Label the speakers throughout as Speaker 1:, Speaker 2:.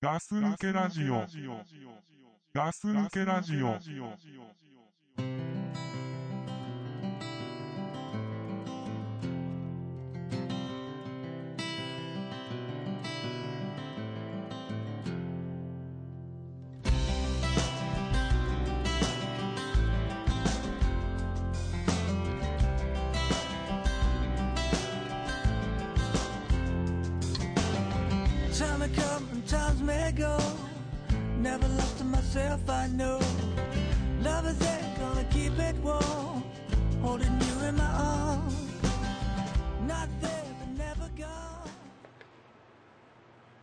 Speaker 1: ガス抜けラジオ。ガス抜けラジオ。
Speaker 2: Time may come and times may go. Never lost to myself, I know. Love is there, gonna keep it warm. Holding you in my arms. Not there, but never gone.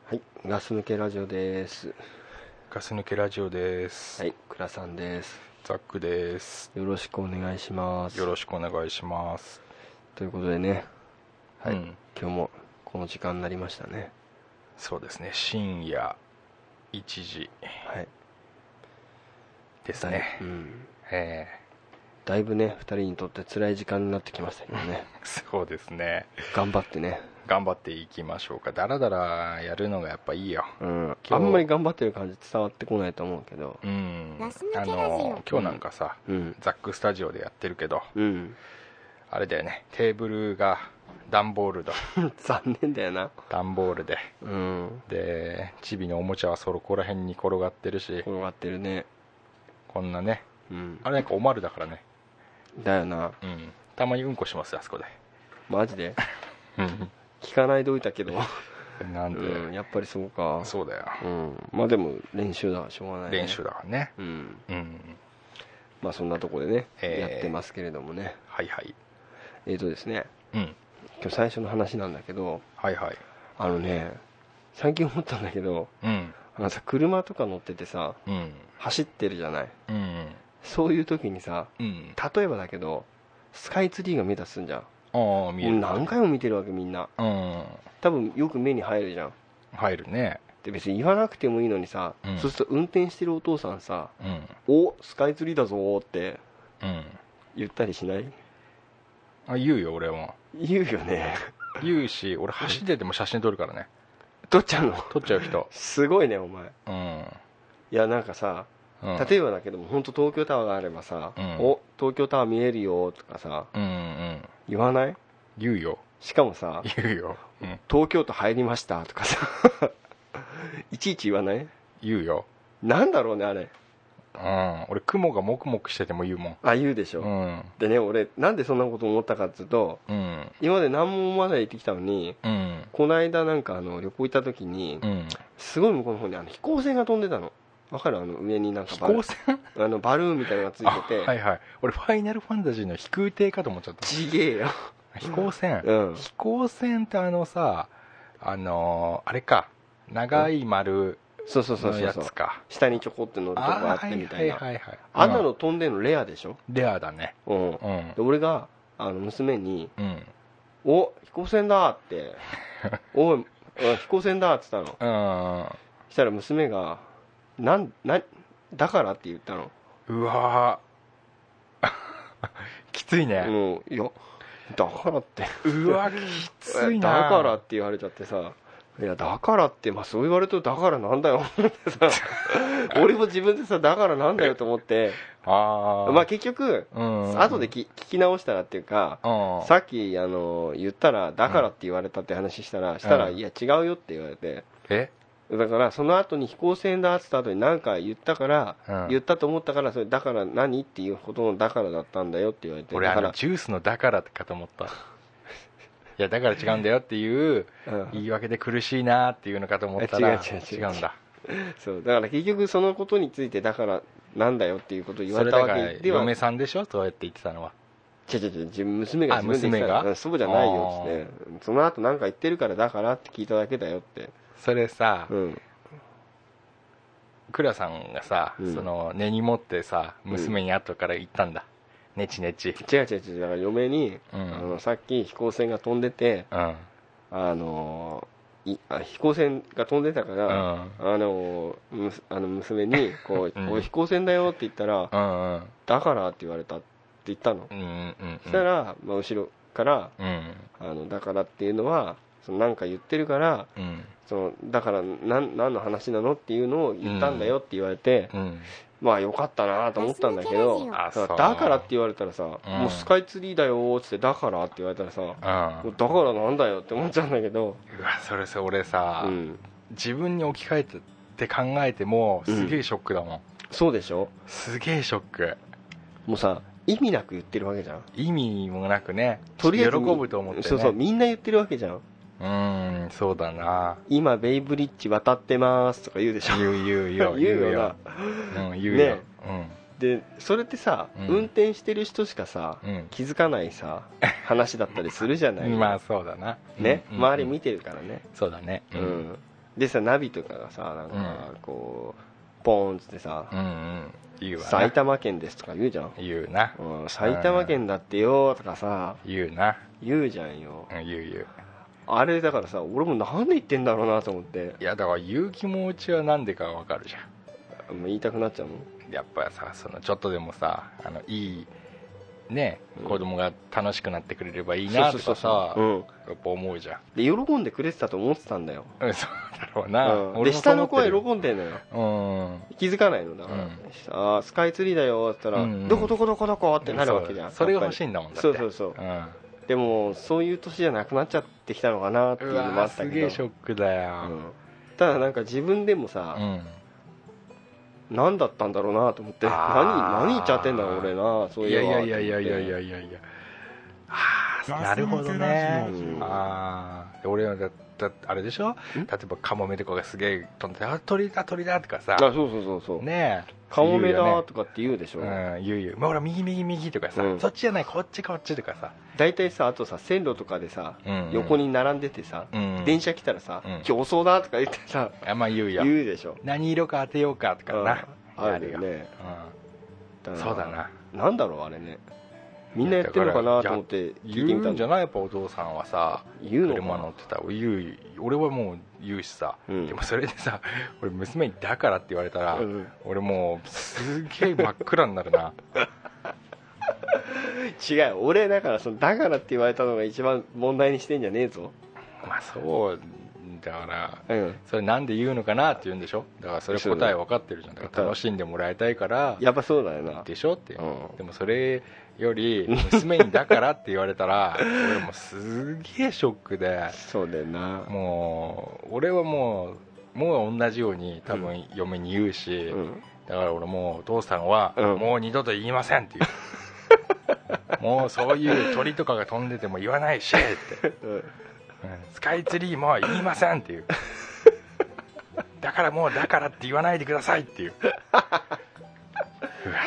Speaker 3: はい、ガス抜けラジオです。
Speaker 4: ガス抜けラジオです。
Speaker 3: はい、倉さんです。
Speaker 4: ザックです。
Speaker 3: よろしくお願いします。
Speaker 4: よろしくお願いします。
Speaker 3: ということでね、はい、
Speaker 4: うん
Speaker 3: 今日もこの時間になりましたね。
Speaker 4: そうですね、深夜1時
Speaker 3: はい。
Speaker 4: です
Speaker 3: だい
Speaker 4: ね。
Speaker 3: うん、
Speaker 4: え
Speaker 3: だいぶね、二人にとって辛い時間になってきましたけど ね。
Speaker 4: えそうですね。
Speaker 3: 頑張ってね。
Speaker 4: 頑張っていきましょうか。だらだらやるのがやっぱいいよ。
Speaker 3: うん。
Speaker 4: 日
Speaker 3: あんまり頑張ってる感じ伝わってこないと思うけど。
Speaker 4: うん。
Speaker 5: ガス抜けラ
Speaker 4: あ
Speaker 5: ジオ
Speaker 4: の、今日なんかさ、
Speaker 3: うん。
Speaker 4: ザックスタジオでやってるけど、
Speaker 3: うん。
Speaker 4: あれだよね、テーブルが段ボールだ。
Speaker 3: 残念だよな。
Speaker 4: 段ボールで。
Speaker 3: うん。で、
Speaker 4: で、チビのおもちゃはそこら辺に転がってるし、
Speaker 3: 転がってるね。
Speaker 4: こんなね、
Speaker 3: うん。
Speaker 4: あれなんかおまるだからね。
Speaker 3: だよな。
Speaker 4: うん。たまにうんこしますよ、あそこで。
Speaker 3: マジで
Speaker 4: うん
Speaker 3: 聞かないでおいた けど。
Speaker 4: なんで、
Speaker 3: うん、やっぱりそうか。
Speaker 4: そうだよ、
Speaker 3: うん、まあでも練習だからしょうがない、ね、
Speaker 4: 練習だからね
Speaker 3: うん
Speaker 4: うん
Speaker 3: まあそんなとこでね、
Speaker 4: えー
Speaker 3: やってますけれどもね
Speaker 4: はいはい
Speaker 3: えーとですね
Speaker 4: うん
Speaker 3: 今日最初の話なんだけど
Speaker 4: はいはい
Speaker 3: あのね最近思ったんだけど
Speaker 4: うん
Speaker 3: あのさ車とか乗っててさ
Speaker 4: うん
Speaker 3: 走ってるじゃない
Speaker 4: うん
Speaker 3: そういう時にさ
Speaker 4: うん
Speaker 3: 例えばだけどスカイツリーが見えたとすんじゃん
Speaker 4: ああ見え
Speaker 3: もう
Speaker 4: る
Speaker 3: 何回も見てるわけみんな
Speaker 4: うん
Speaker 3: 多分よく目に入るじゃん
Speaker 4: 入るね
Speaker 3: で別に言わなくてもいいのにさ、
Speaker 4: うん
Speaker 3: そうすると運転してるお父さんさ
Speaker 4: うん
Speaker 3: 「おスカイツリーだぞ」って
Speaker 4: うん
Speaker 3: 言ったりしない
Speaker 4: あ言うよ俺も
Speaker 3: 言うよ ね
Speaker 4: 言うし俺走ってても写真撮るからね
Speaker 3: どっちゃうの
Speaker 4: 撮っちゃう人
Speaker 3: すごいねお前
Speaker 4: うん、
Speaker 3: いやなんかさ
Speaker 4: うん、
Speaker 3: 例えばだけども本当東京タワーがあればさ「
Speaker 4: うん
Speaker 3: お東京タワー見えるよ」とかさ
Speaker 4: うんうん
Speaker 3: 言わない
Speaker 4: 言うよ
Speaker 3: しかもさ
Speaker 4: 言うよ、うん
Speaker 3: 「東京都入りました」とかさ いちいち言わない
Speaker 4: 言うよ
Speaker 3: なんだろうねあれ
Speaker 4: うん俺雲がもくもくしてても言うもん
Speaker 3: あ言うでしょ、
Speaker 4: うん
Speaker 3: でね俺なんでそんなこと思ったかっつうと
Speaker 4: うん
Speaker 3: 今まで何も思わないで行ってきたのに
Speaker 4: うん
Speaker 3: この間なんかあの旅行行った時に
Speaker 4: うん
Speaker 3: すごい向こうの方にあの飛行船が飛んでたのわかるあの上になんか
Speaker 4: 飛
Speaker 3: バル
Speaker 4: 行船
Speaker 3: あのバルーンみたいなのがついてて、
Speaker 4: あはいはい俺ファイナルファンタジーの飛空艇かと思っちゃった
Speaker 3: ちげえよ、
Speaker 4: 飛行船、
Speaker 3: うん、
Speaker 4: 飛行船ってあのさあのーあれか長い丸
Speaker 3: そうそうそう
Speaker 4: の
Speaker 3: そう
Speaker 4: や
Speaker 3: そう
Speaker 4: つか
Speaker 3: 下にちょこって乗るとこがあ
Speaker 4: あ
Speaker 3: っ
Speaker 4: ー
Speaker 3: てみ
Speaker 4: は
Speaker 3: たい
Speaker 4: い
Speaker 3: な、
Speaker 4: はいはいはい
Speaker 3: あんなの飛んでんのレアでしょ、
Speaker 4: うんレアだね
Speaker 3: うん、
Speaker 4: う
Speaker 3: で
Speaker 4: ん
Speaker 3: 俺があの娘に
Speaker 4: うん
Speaker 3: 「お飛行船だ」って「おいおい飛行船だ」って言ったの
Speaker 4: うん
Speaker 3: したら娘が「なんなんだから?」って言ったの
Speaker 4: うわー きつ
Speaker 3: 「
Speaker 4: い
Speaker 3: う
Speaker 4: ね、
Speaker 3: ん、いやだから」って
Speaker 4: う わきつい
Speaker 3: だ
Speaker 4: な
Speaker 3: からって言われちゃってさいやだからって、まあ、そう言われるとだからなんだよって さ俺も自分でさだからなんだよと思って
Speaker 4: あー
Speaker 3: まあ結局
Speaker 4: うん
Speaker 3: 後でき聞き直したらっていうか
Speaker 4: うん
Speaker 3: さっきあの言ったらだからって言われたって話したらしたら
Speaker 4: うん
Speaker 3: いや違うよって言われて
Speaker 4: え
Speaker 3: だからその後に飛行船だっつった後に何か言ったから
Speaker 4: うん
Speaker 3: 言ったと思ったからそれだから何っていうほどのだからだったんだよって言われて
Speaker 4: 俺
Speaker 3: だ
Speaker 4: あ
Speaker 3: か
Speaker 4: の
Speaker 3: ら
Speaker 4: ジュースの「だから」かと思った いやだから違うんだよっていう
Speaker 3: うん
Speaker 4: 言い訳で苦しいなっていうのかと思った
Speaker 3: え違
Speaker 4: ら
Speaker 3: う違う違う
Speaker 4: 違うんだ
Speaker 3: そうだから結局そのことについてだからなんだよっていうことを言わ
Speaker 4: そ
Speaker 3: れ
Speaker 4: れ
Speaker 3: た
Speaker 4: だか
Speaker 3: わ
Speaker 4: ら
Speaker 3: けでは
Speaker 4: 嫁さんでしょそうやって言ってたのは
Speaker 3: 違う違う違う自分娘が
Speaker 4: あ
Speaker 3: 自分で言って
Speaker 4: 娘が
Speaker 3: たそうじゃないよってってその後なんか言ってるからだからって聞いただけだよって
Speaker 4: それさ
Speaker 3: うん
Speaker 4: 倉、さんがさ、
Speaker 3: うん
Speaker 4: その根に持ってさ娘に後から言ったんだ、ねちねち
Speaker 3: 違う違う違うだから嫁に
Speaker 4: うん
Speaker 3: あのさっき飛行船が飛んでて
Speaker 4: うん
Speaker 3: あのいあ飛行船が飛んでたか
Speaker 4: う
Speaker 3: ら、
Speaker 4: ん
Speaker 3: あのむすあの娘にこう、
Speaker 4: うん
Speaker 3: おい飛行船だよ」って言ったら「
Speaker 4: うんうん
Speaker 3: だから」って言われたって言ったの、
Speaker 4: うんうんうん
Speaker 3: そしたら、まあ、後ろから
Speaker 4: うん
Speaker 3: 「あのだから」っていうのはそのなんか言ってるから
Speaker 4: うん
Speaker 3: そのだからなん何の話なのっていうのを言ったんだよって言われて、
Speaker 4: うん
Speaker 3: まあよかったなと思ったんだけど
Speaker 4: あ
Speaker 3: だ
Speaker 4: そう
Speaker 3: からって言われたらさ、
Speaker 4: うん
Speaker 3: もうスカイツリーだよーっつってだからって言われたらさ、も
Speaker 4: うん
Speaker 3: うだからなんだよって思っちゃうんだけど、
Speaker 4: うわそれさ俺さ、
Speaker 3: うん、
Speaker 4: 自分に置き換えてって考えてもすげえショックだもん、
Speaker 3: そうでしょ
Speaker 4: すげえショック
Speaker 3: もうさ意味なく言ってるわけじゃん
Speaker 4: 意味もなくね
Speaker 3: とりあえず
Speaker 4: 喜ぶと思って、ね、
Speaker 3: そうそうみんな言ってるわけじゃん
Speaker 4: うーんそうだな
Speaker 3: 今ベイブリッジ渡ってますとか言うでしょ
Speaker 4: 言う言うよ
Speaker 3: 言うよな
Speaker 4: 言うようん、言うよ、
Speaker 3: ねでそれってさ、
Speaker 4: うん
Speaker 3: 運転してる人しかさ、
Speaker 4: うん
Speaker 3: 気づかないさ話だったりするじゃな
Speaker 4: う
Speaker 3: い、
Speaker 4: ん まあそうだな
Speaker 3: ね、
Speaker 4: うん
Speaker 3: 周り見てるからね、
Speaker 4: そうだね
Speaker 3: うんでさナビとかがさなんかこう、ポーンっつってさ、
Speaker 4: うんうん言うわな
Speaker 3: 埼玉県です」とか言うじゃん、
Speaker 4: 言うな
Speaker 3: うん埼玉県だってよ」とかさ
Speaker 4: 言うな、
Speaker 3: 言うじゃんよ
Speaker 4: うん、言う言う
Speaker 3: あれだからさ俺もなんで言ってんだろうなと思って
Speaker 4: いやだから言う気持ちは何でかわかるじゃん
Speaker 3: もう言いたくなっちゃうの
Speaker 4: やっぱさそのちょっとでもさあのいいね
Speaker 3: うん
Speaker 4: 子供が楽しくなってくれればいいなとかさ
Speaker 3: う
Speaker 4: や
Speaker 3: ん
Speaker 4: っぱ思うじゃん
Speaker 3: で喜んでくれてたと思ってたんだよ、
Speaker 4: うん そうだろうな、
Speaker 3: うん、で
Speaker 4: も
Speaker 3: 下の子は
Speaker 4: ロボ
Speaker 3: 喜んでんのよ
Speaker 4: うん
Speaker 3: 気づかないのだから、
Speaker 4: うん
Speaker 3: あースカイツリーだよって言ったら、
Speaker 4: うんうん
Speaker 3: どこどこどこどこってなるわけじゃん
Speaker 4: そうそれが欲
Speaker 3: い
Speaker 4: しいんだもんだって
Speaker 3: そうそうそう
Speaker 4: うん、
Speaker 3: でもそういう年じゃなくなっちゃってきたのかなっていう
Speaker 4: う
Speaker 3: のもあ
Speaker 4: わ
Speaker 3: った
Speaker 4: す
Speaker 3: け
Speaker 4: げ
Speaker 3: ど
Speaker 4: えショックだよ、
Speaker 3: うんただなんか自分でも
Speaker 4: う
Speaker 3: さ、
Speaker 4: ん
Speaker 3: 何だったんだろうなと思って
Speaker 4: あー
Speaker 3: 何何言っちゃってんだろう俺なそう
Speaker 4: い
Speaker 3: い
Speaker 4: や
Speaker 3: う
Speaker 4: いやいやいやいやいやいやいやああなるほどね
Speaker 1: ガス抜けラジ
Speaker 3: うん
Speaker 1: オ
Speaker 4: ああ俺はだだあれでしょ例えばカモメとかがすげえ飛んで「あ鳥だ鳥だ」とかさ
Speaker 3: あそうそうそうそう、
Speaker 4: ねえ
Speaker 3: カモメ
Speaker 4: 言うよ
Speaker 3: だ
Speaker 4: ね
Speaker 3: とかって言うでしょ、
Speaker 4: うん言う言う、まあ、俺は右右右とかさ、
Speaker 3: うん
Speaker 4: そっちじゃないこっちこっちとかさ、
Speaker 3: 大体さあとさ線路とかでさ、
Speaker 4: うんうん
Speaker 3: 横に並んでてさ、
Speaker 4: うん
Speaker 3: 電車来たらさ、
Speaker 4: うん
Speaker 3: 競争だとか言ってさ
Speaker 4: あまあ言うよ
Speaker 3: 言うでしょ
Speaker 4: 何色か当てようかとかな、
Speaker 3: うんあるよね
Speaker 4: うん、そうだな
Speaker 3: なんだろうあれねみんなやってるのかなと思って聞いて
Speaker 4: 言
Speaker 3: みた
Speaker 4: うんんじゃないやっぱお父さんはさ
Speaker 3: 言うのか
Speaker 4: 車乗ってた言う俺はもう言うしさ、
Speaker 3: うん
Speaker 4: でもそれでさ 俺娘に「だから」って言われたら、
Speaker 3: うん
Speaker 4: 俺もうすげえ真っ暗になるな
Speaker 3: 違う俺だからそのだからって言われたのが一番問題にしてんじゃねえぞ
Speaker 4: まあそうだから
Speaker 3: うん
Speaker 4: それなんで言うのかなって言うんでしょだからそれ答え分かってるじゃんだから楽しんでもらいたいから
Speaker 3: やっぱそうだよな
Speaker 4: でしょって、
Speaker 3: うん
Speaker 4: でもそれより娘に「だから」って言われたら 俺もうすげえショックで
Speaker 3: そうだよな
Speaker 4: もう俺はもうもう同じように多分嫁に言うし、
Speaker 3: うん
Speaker 4: だから俺もうお父さんは、
Speaker 3: うん
Speaker 4: もう二度と言いませんっていう もうそういう鳥とかが飛んでても言わないしって、
Speaker 3: うん
Speaker 4: うんスカイツリーも言いませんっていうだからもうだからって言わないでくださいっていううわ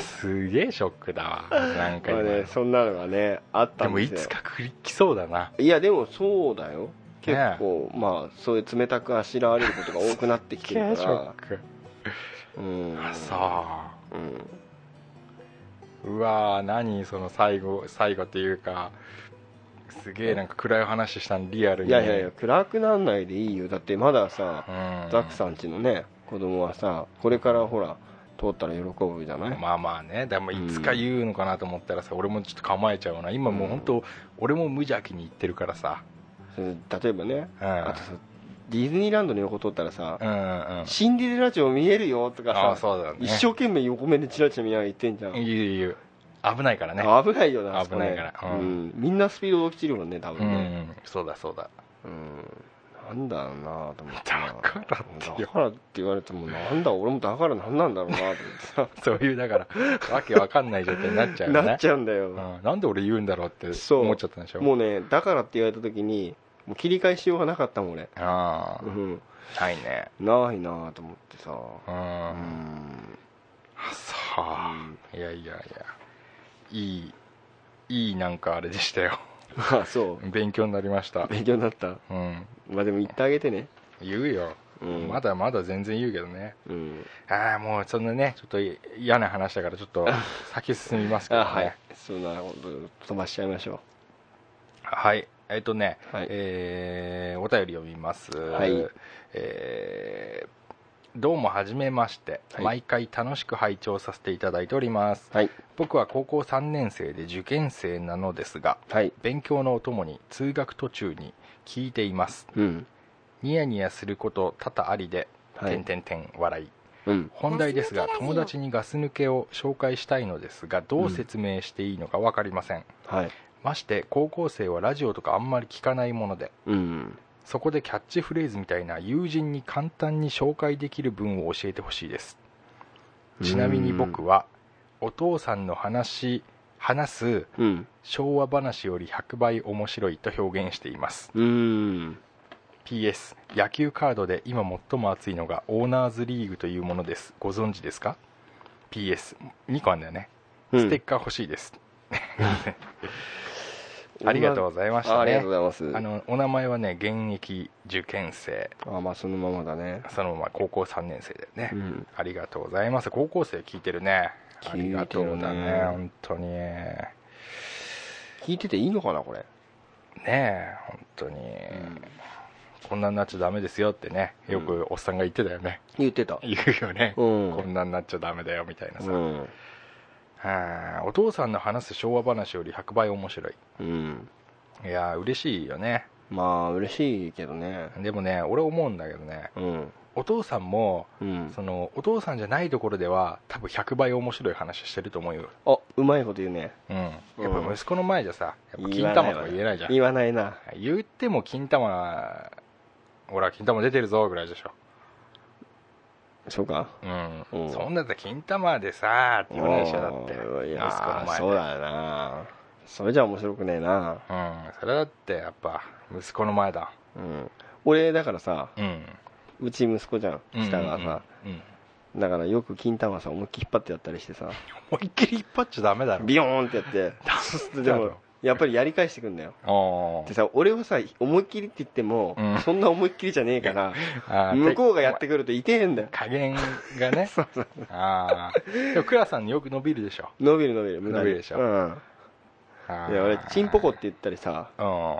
Speaker 4: すげえショックだわなんか
Speaker 3: まあ
Speaker 4: 今
Speaker 3: ねそんなのがねあっ
Speaker 4: で
Speaker 3: たん
Speaker 4: も
Speaker 3: で
Speaker 4: い
Speaker 3: すよ
Speaker 4: つか来そうだない
Speaker 3: やでもそうだよ結
Speaker 4: ね
Speaker 3: 構、まあそういう冷たくあしらわれることが多くなってきて
Speaker 4: ショ
Speaker 3: る
Speaker 4: ッ
Speaker 3: か
Speaker 4: ク
Speaker 3: らうん、
Speaker 4: あそう
Speaker 3: うん、
Speaker 4: うわー何その最後最後っていうかすげえなんか暗い話したのリアルに
Speaker 3: いやいやいや暗くなんないでいいよだってまださ
Speaker 4: うん
Speaker 3: ザックさん家のね子供はさこれからほら通ったら喜ぶじゃない
Speaker 4: まあまあねでもいつか言うのかなと思ったらさ、俺もちょっと構えちゃうな今もう本当、俺も無邪気に言ってるからさ
Speaker 3: それ例えばね
Speaker 4: うん
Speaker 3: あとさディズニーランドの横通ったらさ
Speaker 4: うんうんうん
Speaker 3: シンデレラ城見えるよとか
Speaker 4: あ
Speaker 3: さ
Speaker 4: あそうだね
Speaker 3: 一生懸命横目でチラチラ見ながら言ってんじゃん
Speaker 4: 言う言う危ないからね
Speaker 3: 危ないよなあそこね
Speaker 4: 危ないから
Speaker 3: う
Speaker 4: うん
Speaker 3: んみんなスピード落ちるもんね多
Speaker 4: う
Speaker 3: 分
Speaker 4: ん、う
Speaker 3: ね
Speaker 4: ん、そうだそうだ
Speaker 3: うんなんだろうな と思ってな
Speaker 4: だからって
Speaker 3: だ
Speaker 4: よ
Speaker 3: からって言われてもなんだ俺もだからなんなんだろうなと思って さ
Speaker 4: そういうだからわけわかんない状態になっちゃうよね
Speaker 3: なっちゃうんだよ、
Speaker 4: うん、なんで俺言うんだろうって
Speaker 3: そう
Speaker 4: 思っちゃったんでしょ
Speaker 3: もうねだからって言われた時にもう切り返しようがなかったもん俺
Speaker 4: ああ
Speaker 3: うん
Speaker 4: はいね
Speaker 3: ないなと思ってさう
Speaker 4: うん
Speaker 3: ん
Speaker 4: さあ、いやいやいやいいいいなんかあれでしたよ
Speaker 3: まあ そ
Speaker 4: 勉強になりました
Speaker 3: う勉強になった
Speaker 4: うん
Speaker 3: まあでも言ってあげてね
Speaker 4: 言うよ、
Speaker 3: うん
Speaker 4: まだまだ全然言うけどね
Speaker 3: うん
Speaker 4: ああもうそんなねちょっと嫌な話だからちょっと先進みますけ
Speaker 3: あ
Speaker 4: どね
Speaker 3: はいそんなこと飛ばしちゃいましょ
Speaker 4: はいえっ、とね、
Speaker 3: はい
Speaker 4: えーお便り読みます
Speaker 3: い
Speaker 4: えーどうもはじめまして、
Speaker 3: はい
Speaker 4: 毎回楽しく拝聴させていただいております
Speaker 3: うはい
Speaker 4: 僕は高校3年生で受験生なのですが
Speaker 3: はい
Speaker 4: 勉強のお供に通学途中に聞いています
Speaker 3: うん
Speaker 4: ニヤニヤすること多々ありで、
Speaker 3: は
Speaker 4: てん
Speaker 3: い、
Speaker 4: てんてん笑い
Speaker 3: うん、
Speaker 4: 本題ですが
Speaker 5: ガス抜けラジオ
Speaker 4: 友達にガス抜けを紹介したいのですがどう説明していいのか分かりません、
Speaker 3: はい、
Speaker 4: まして高校生はラジオとかあんまり聞かないもので
Speaker 3: うん、
Speaker 4: そこでキャッチフレーズみたいな友人に簡単に紹介できる文を教えてほしいですちなみに僕はお父さんの話話す
Speaker 3: うん、
Speaker 4: 昭和話より100倍面白いと表現しています
Speaker 3: うん、
Speaker 4: PS 野球カードで今最も熱いのがオーナーズリーグというものですご存知ですか PS2 個あるんだよね、
Speaker 3: うん
Speaker 4: ステッカー欲しいですありがとうございました
Speaker 3: ありが
Speaker 4: ね
Speaker 3: とうございます。
Speaker 4: あのお名前はね現役受験生
Speaker 3: あまあそのままだね。
Speaker 4: そのまま高校3年生だよね、
Speaker 3: うん、
Speaker 4: ありがとうございます高校生聞いてるねあり
Speaker 3: 聞
Speaker 4: が
Speaker 3: いて
Speaker 4: と
Speaker 3: る
Speaker 4: う
Speaker 3: ね
Speaker 4: だね本当にね
Speaker 3: 聞いてていいのかなこれ。
Speaker 4: え本当に、こんなんなっちゃダメですよってねよくおっさんが言ってたよね、
Speaker 3: 言ってた。
Speaker 4: 言うよね、
Speaker 3: うん、
Speaker 4: こんなんなっちゃダメだよみたいな
Speaker 3: う
Speaker 4: さ、
Speaker 3: ん、
Speaker 4: はあお父さんの話す昭和話より100倍面白い
Speaker 3: うん、
Speaker 4: いやー嬉しいよね
Speaker 3: まあ嬉しいけどね。
Speaker 4: でもね俺思うんだけどね
Speaker 3: うん、
Speaker 4: お父さんも
Speaker 3: うん
Speaker 4: そ。のお父さんじゃないところでは多分100倍面白い話してると思うよ、
Speaker 3: あうまいこと言うね。
Speaker 4: うん、や
Speaker 3: うん
Speaker 4: っぱ息子の前じゃさやっぱ金玉とか言えないじゃん
Speaker 3: 言わないな。
Speaker 4: 言っても金玉ほら金玉出てるぞぐらいでしょ
Speaker 3: そうか。
Speaker 4: うん、
Speaker 3: うん
Speaker 4: そんなだ金玉でさって言わないでしょだって
Speaker 3: うんい
Speaker 4: 息子の
Speaker 3: や
Speaker 4: 前で
Speaker 3: そうだよな。それじゃ面白くねえな。
Speaker 4: うんそれだってやっぱ息子の前だ
Speaker 3: うん。俺だからさ、
Speaker 4: うん
Speaker 3: うち息子じゃん。下がさ、
Speaker 4: うんうんうん
Speaker 3: だからよく金玉さ思いっきり引っ張ってやったりしてさ。
Speaker 4: 思いっきり引っ張っちゃダ メだろ
Speaker 3: ビヨーンってやってそうするとで
Speaker 4: だ
Speaker 3: も
Speaker 4: ろ
Speaker 3: やっぱりやり返してくんだよ
Speaker 4: お
Speaker 3: でさ俺はさ思いっきりって言っても、
Speaker 4: うん
Speaker 3: そんな思いっきりじゃねえ から向こうがやってくると痛えんだよ
Speaker 4: 加減 がねそうそうあーでも倉さんよく伸びるでしょ
Speaker 3: 伸びる伸びる無駄に
Speaker 4: 伸びるでしょ
Speaker 3: うん、
Speaker 4: あー
Speaker 3: いや俺チンポコって言ったりさ
Speaker 4: うん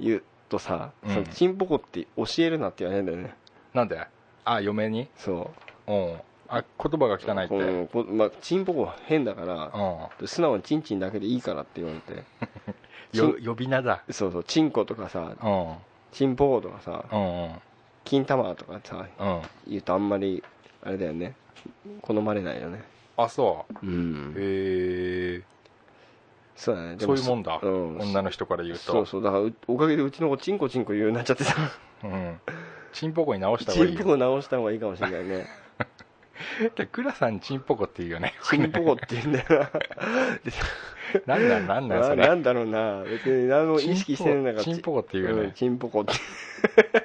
Speaker 3: 言うとさ、
Speaker 4: うん
Speaker 3: そのチンポコって教えるなって言われないんだよね
Speaker 4: なんであ嫁に
Speaker 3: そう
Speaker 4: うんあ言葉が汚いってう
Speaker 3: うん
Speaker 4: ん
Speaker 3: こまあ、チンポコは変だから、素直にチンチンだけでいいからって言われてチ
Speaker 4: よ
Speaker 3: ン
Speaker 4: 呼び名だ
Speaker 3: そうそうチンコとかさ
Speaker 4: うんうん
Speaker 3: チンポコとかさ
Speaker 4: うん
Speaker 3: 金玉とかさ
Speaker 4: うん
Speaker 3: 言うとあんまりあれだよね好まれないよね
Speaker 4: あそう
Speaker 3: うん
Speaker 4: へえ
Speaker 3: そうだねで
Speaker 4: そういうもんだ
Speaker 3: うん
Speaker 4: 女の人から言うと
Speaker 3: そうそうだからうおかげでうちの子チンコチンコ言うようになっちゃって さ
Speaker 4: うんチンポコに直した方
Speaker 3: チ
Speaker 4: がいい
Speaker 3: ンポコ
Speaker 4: よ
Speaker 3: 直した方がいいかもしれない ね
Speaker 4: で倉さんチンポコって言うよね
Speaker 3: チンポコって言うんだよ
Speaker 4: なんだなん
Speaker 3: な
Speaker 4: だそ
Speaker 3: なな
Speaker 4: れ
Speaker 3: んだろうな別に何も意識してないから
Speaker 4: チンポコって言うよ
Speaker 3: うん
Speaker 4: ね
Speaker 3: チンポコって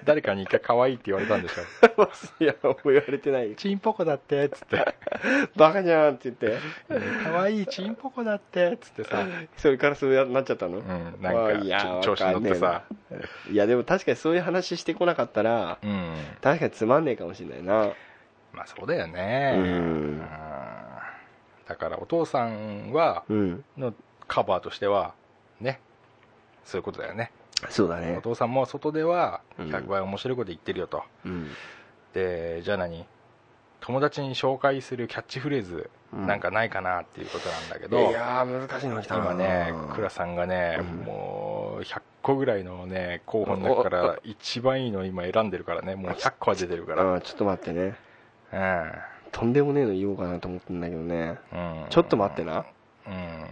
Speaker 4: 誰かに一回可愛いって言われたんでしょ
Speaker 3: いやもう言われてない
Speaker 4: チンポコだってっつ って
Speaker 3: バカじゃんって言って
Speaker 4: 可愛いチンポコだってっつってさ、
Speaker 3: それからそうやなっちゃったの、
Speaker 4: うん、なん
Speaker 3: まあ
Speaker 4: か
Speaker 3: い
Speaker 4: ち
Speaker 3: や
Speaker 4: ょ
Speaker 3: わ
Speaker 4: 調子乗
Speaker 3: か
Speaker 4: っ
Speaker 3: んねえ
Speaker 4: てさ
Speaker 3: な、いやでも確かにそういう話してこなかったら
Speaker 4: うん、
Speaker 3: 確かにつまんねえかもしれないな
Speaker 4: まあそうだよね、
Speaker 3: うん
Speaker 4: うんだからお父さんは
Speaker 3: うん
Speaker 4: のカバーとしてはねそういうことだよね
Speaker 3: そうだ
Speaker 4: お父さんも外では
Speaker 3: うん
Speaker 4: 100倍面白いこと言ってるよと、
Speaker 3: うん
Speaker 4: でじゃあ何友達に紹介するキャッチフレーズ
Speaker 3: うん
Speaker 4: なんかないかなっていうことなんだけ
Speaker 3: い
Speaker 4: ど、
Speaker 3: やー難しいの来たな
Speaker 4: 今ね倉さんがね、
Speaker 3: うん
Speaker 4: もう100個ぐらいのね候補の中から一番いいの今選んでるからねもう100個は出てるか
Speaker 3: うんちょっと待ってね
Speaker 4: ら
Speaker 3: とんでもねえの言おうかなと思ってんだけどね
Speaker 4: うん、うん、
Speaker 3: ちょっと待ってな
Speaker 4: うん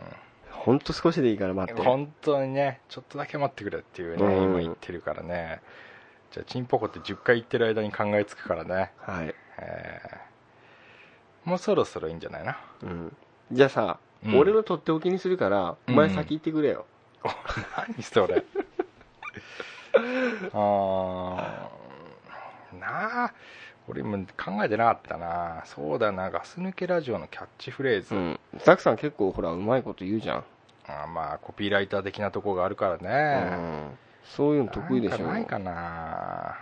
Speaker 3: ほんと少しでいいから待って
Speaker 4: 本当にねちょっとだけ待ってくれっていうね、
Speaker 3: うん
Speaker 4: 今言ってるからねじゃあチンポコって10回言ってる間に考えつくからね、
Speaker 3: はい、
Speaker 4: えーもうそろそろいいんじゃないな
Speaker 3: うん、じゃあさ、
Speaker 4: うん
Speaker 3: 俺のとっておきにするからお前先行ってくれよ、
Speaker 4: 何それ あーなあ俺も考えてなかったなそうだなガス抜けラジオのキャッチフレーズ、
Speaker 3: うんザクさん結構ほらうまいこと言うじゃん、
Speaker 4: あーまあコピーライター的なとこがあるから
Speaker 3: う
Speaker 4: ね、
Speaker 3: んそういうの得意でしょ
Speaker 4: なんかないかな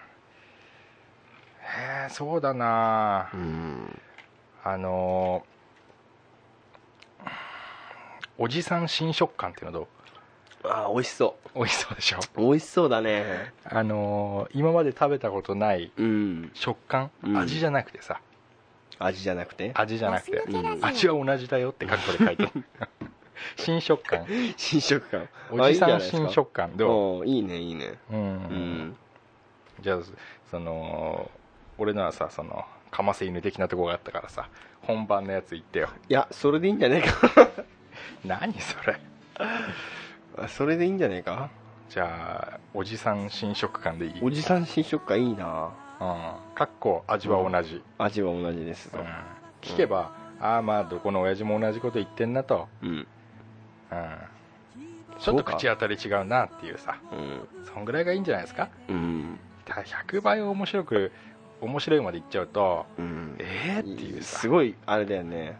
Speaker 4: えーそうだな
Speaker 3: うん
Speaker 4: あのーおじさん新食感っていうのど
Speaker 3: あー美味しそう
Speaker 4: 美味しそうでしょ
Speaker 3: う美味しそうだね
Speaker 4: あのー今まで食べたことない
Speaker 3: うん
Speaker 4: 食感、
Speaker 3: うん
Speaker 4: 味じゃなくてさ
Speaker 3: 味じゃなくて
Speaker 4: 味じゃなくて
Speaker 5: ガス抜けラジオ
Speaker 4: 味は同じだよって格好で書いてある新食感
Speaker 3: 新食感
Speaker 4: おじさ
Speaker 3: あ
Speaker 4: ん
Speaker 3: いいじゃないですか
Speaker 4: 新食感どう
Speaker 3: おーいいねいいね
Speaker 4: う
Speaker 3: うんん
Speaker 4: じゃあその俺のはさそのかませ犬的なとこがあったからさ本番のやつ行ってよ
Speaker 3: いやそれでいいんじゃねえ
Speaker 4: 何それ
Speaker 3: か それでいいんじゃねえか
Speaker 4: じゃあおじさん新食感でいい
Speaker 3: おじさん新食感いいな
Speaker 4: うんかっこ味は同じ、
Speaker 3: 味は同じですと
Speaker 4: うん聞けば、ああまあどこの親父も同じこと言ってんなと、
Speaker 3: うん
Speaker 4: うん、ちょっと口当たり違うなっていうさ
Speaker 3: うん
Speaker 4: そんぐらいがいいんじゃないですか
Speaker 3: うん
Speaker 4: ただ100倍面白く面白いまでいっちゃうと
Speaker 3: うん
Speaker 4: えー、っていうさ
Speaker 3: すごいあれだよね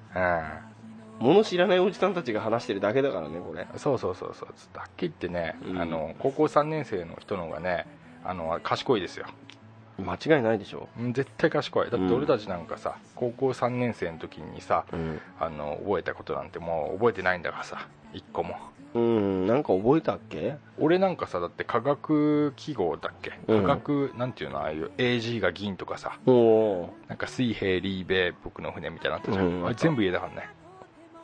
Speaker 3: 物知らないおじさんたちが話してるだけだからねこれ
Speaker 4: うん、そうそうそうそうずっとはっきり言ってね、
Speaker 3: うん
Speaker 4: あの高校3年生の人の方がねあの賢いですよ
Speaker 3: 間違いないでしょ
Speaker 4: うん絶対賢いだって俺たちなんかさ、高校3年生の時にさ
Speaker 3: うん、
Speaker 4: あの覚えたことなんてもう覚えてないんだからさ一個も
Speaker 3: うん、なんか覚えたっけ
Speaker 4: 俺なんかさだって化学記号だっけ
Speaker 3: う
Speaker 4: 化
Speaker 3: ん
Speaker 4: 学、なんていうのああいう AG が銀とかさ
Speaker 3: おお
Speaker 4: なんか水平リーベ僕の船みたいなのあったじゃん、
Speaker 3: うん
Speaker 4: あれ全部家だからね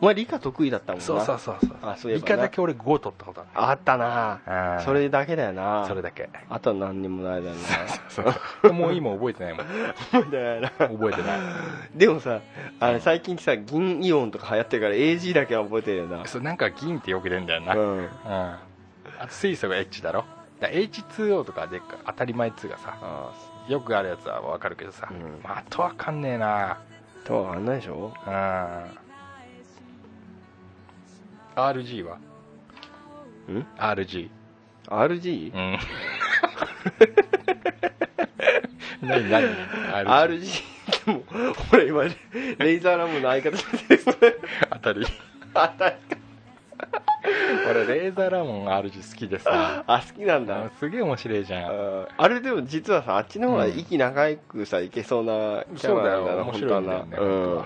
Speaker 3: お前理科得意だったもんな
Speaker 4: そうそうそうそう
Speaker 3: あそういえば
Speaker 4: 理
Speaker 3: な
Speaker 4: 科だけ俺5取ったことあ
Speaker 3: あったな
Speaker 4: るうん
Speaker 3: それだけだよな
Speaker 4: それだけ
Speaker 3: あとは何にもないだろう
Speaker 4: そうもう今覚えてないもん
Speaker 3: な覚えてないな
Speaker 4: 覚えてない
Speaker 3: でもさあれ最近さ銀イオンとか流行ってるから AG だけは覚えてるよな
Speaker 4: そうなんか銀ってよく出るんだよな、うん
Speaker 3: うん
Speaker 4: あと水素が H だろだ H2O とかでっか当たり前っつうかさ
Speaker 3: あ
Speaker 4: よくあるやつはわかるけどさ、
Speaker 3: うん
Speaker 4: まあ、あとわかんねえな
Speaker 3: あとはあんないでしょ
Speaker 4: うん RG は
Speaker 3: ん
Speaker 4: ?RG
Speaker 3: RG?RG
Speaker 4: うん 何何 RG
Speaker 3: でもほら今レイザーラムの相方です
Speaker 4: 当たり
Speaker 3: あた
Speaker 4: 俺レーザーラモン RG 好きでさ
Speaker 3: あ好きなんだ
Speaker 4: すげえ面白いじゃん
Speaker 3: ああれでも実はさあっちの方が息長くさいけそうなキャ
Speaker 4: そうだ
Speaker 3: ラなんだ
Speaker 4: よ
Speaker 3: な
Speaker 4: 面
Speaker 3: 本当
Speaker 4: 白
Speaker 3: はい
Speaker 4: んだ
Speaker 3: な
Speaker 4: よね、
Speaker 3: うん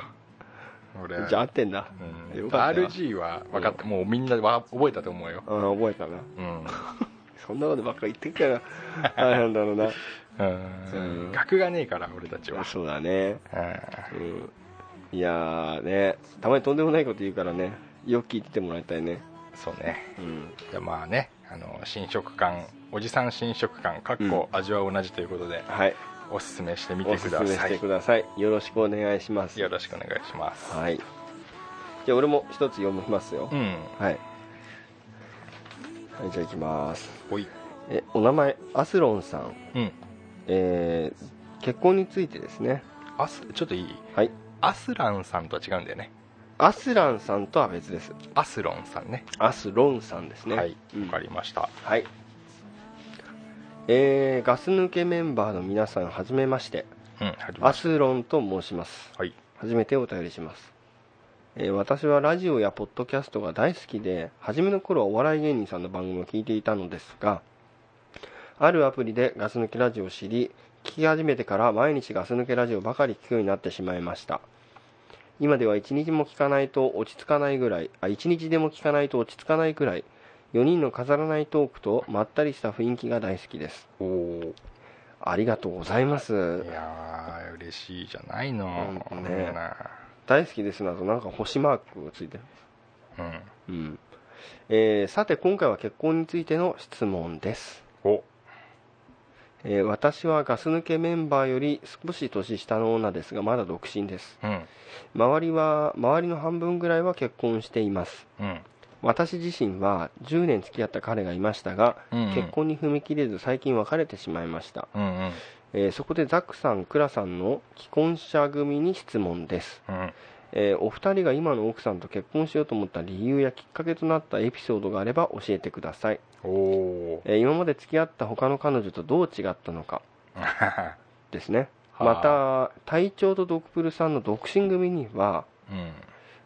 Speaker 4: 俺
Speaker 3: じゃあ合ってんだ
Speaker 4: うん
Speaker 3: よかったな
Speaker 4: RG は分かった、もうみんなわ覚えたと思うよ
Speaker 3: うん覚えたな
Speaker 4: うん、
Speaker 3: そんなことばっか言ってるからあれなんだ ろうな
Speaker 4: うん、学がねえから俺たちは、
Speaker 3: そうだね
Speaker 4: うん
Speaker 3: うんいやーねたまにとんでもないこと言うからねよく聞いててもらいたいね
Speaker 4: そうね
Speaker 3: うん
Speaker 4: じゃあまあねあの新食感おじさん新食感かっこ味は同じということで、
Speaker 3: はい
Speaker 4: おすすめしてみて
Speaker 3: おす
Speaker 4: く
Speaker 3: す
Speaker 4: だ
Speaker 3: め
Speaker 4: さ
Speaker 3: し
Speaker 4: い
Speaker 3: てくださいよろしくお願いします
Speaker 4: よろしくお願いします、
Speaker 3: はいじゃあ俺も一つ読みますよ、
Speaker 4: うん
Speaker 3: はい、はい、じゃあいきます
Speaker 4: おい
Speaker 3: えお名前アスロンさん、
Speaker 4: うん
Speaker 3: えー結婚についてですね
Speaker 4: アスちょっといい
Speaker 3: はい
Speaker 4: アスランさんとは違うんだよね
Speaker 3: アスランさんとは別です
Speaker 4: アスロンさんね
Speaker 3: アスロンさんですね
Speaker 4: はい、
Speaker 3: うん
Speaker 4: わかりました
Speaker 3: はいえーガス抜けメンバーの皆さんはじめまして
Speaker 4: うんはじめ
Speaker 3: ア
Speaker 4: まして
Speaker 3: スロンと申します
Speaker 4: はい
Speaker 3: 初めてお便りします、えー私はラジオやポッドキャストが大好きで初めの頃はお笑い芸人さんの番組を聞いていたのですがあるアプリでガス抜けラジオを知り聞き始めてから毎日ガス抜けラジオばかり聞くようになってしまいました今では1日も聞かないと落ち着かないぐらいあ1日でも聞かないと落ち着かないくらい4人の飾らないトークとまったりした雰囲気が大好きです
Speaker 4: おお
Speaker 3: ありがとうございます
Speaker 4: いやー嬉しいじゃないの
Speaker 3: ほんとね
Speaker 4: うん
Speaker 3: 大好きですなどなんか星マークがついてる
Speaker 4: うん
Speaker 3: うんえーさて今回は結婚についての質問です、
Speaker 4: お
Speaker 3: えー私はガス抜けメンバーより少し年下の女ですがまだ独身です
Speaker 4: うん
Speaker 3: 周りは周りの半分ぐらいは結婚しています
Speaker 4: うん
Speaker 3: 私自身は10年付き合った彼がいましたが、
Speaker 4: うんうん
Speaker 3: 結婚に踏み切れず最近別れてしまいました、
Speaker 4: うんうん
Speaker 3: えーそこでザックさんクラさんの既婚者組に質問です
Speaker 4: うん
Speaker 3: えーお二人が今の奥さんと結婚しようと思った理由やきっかけとなったエピソードがあれば教えてください、
Speaker 4: おお
Speaker 3: えー今まで付き合った他の彼女とどう違ったのかですね
Speaker 4: は
Speaker 3: また隊長とドクプルさんの独身組には
Speaker 4: うん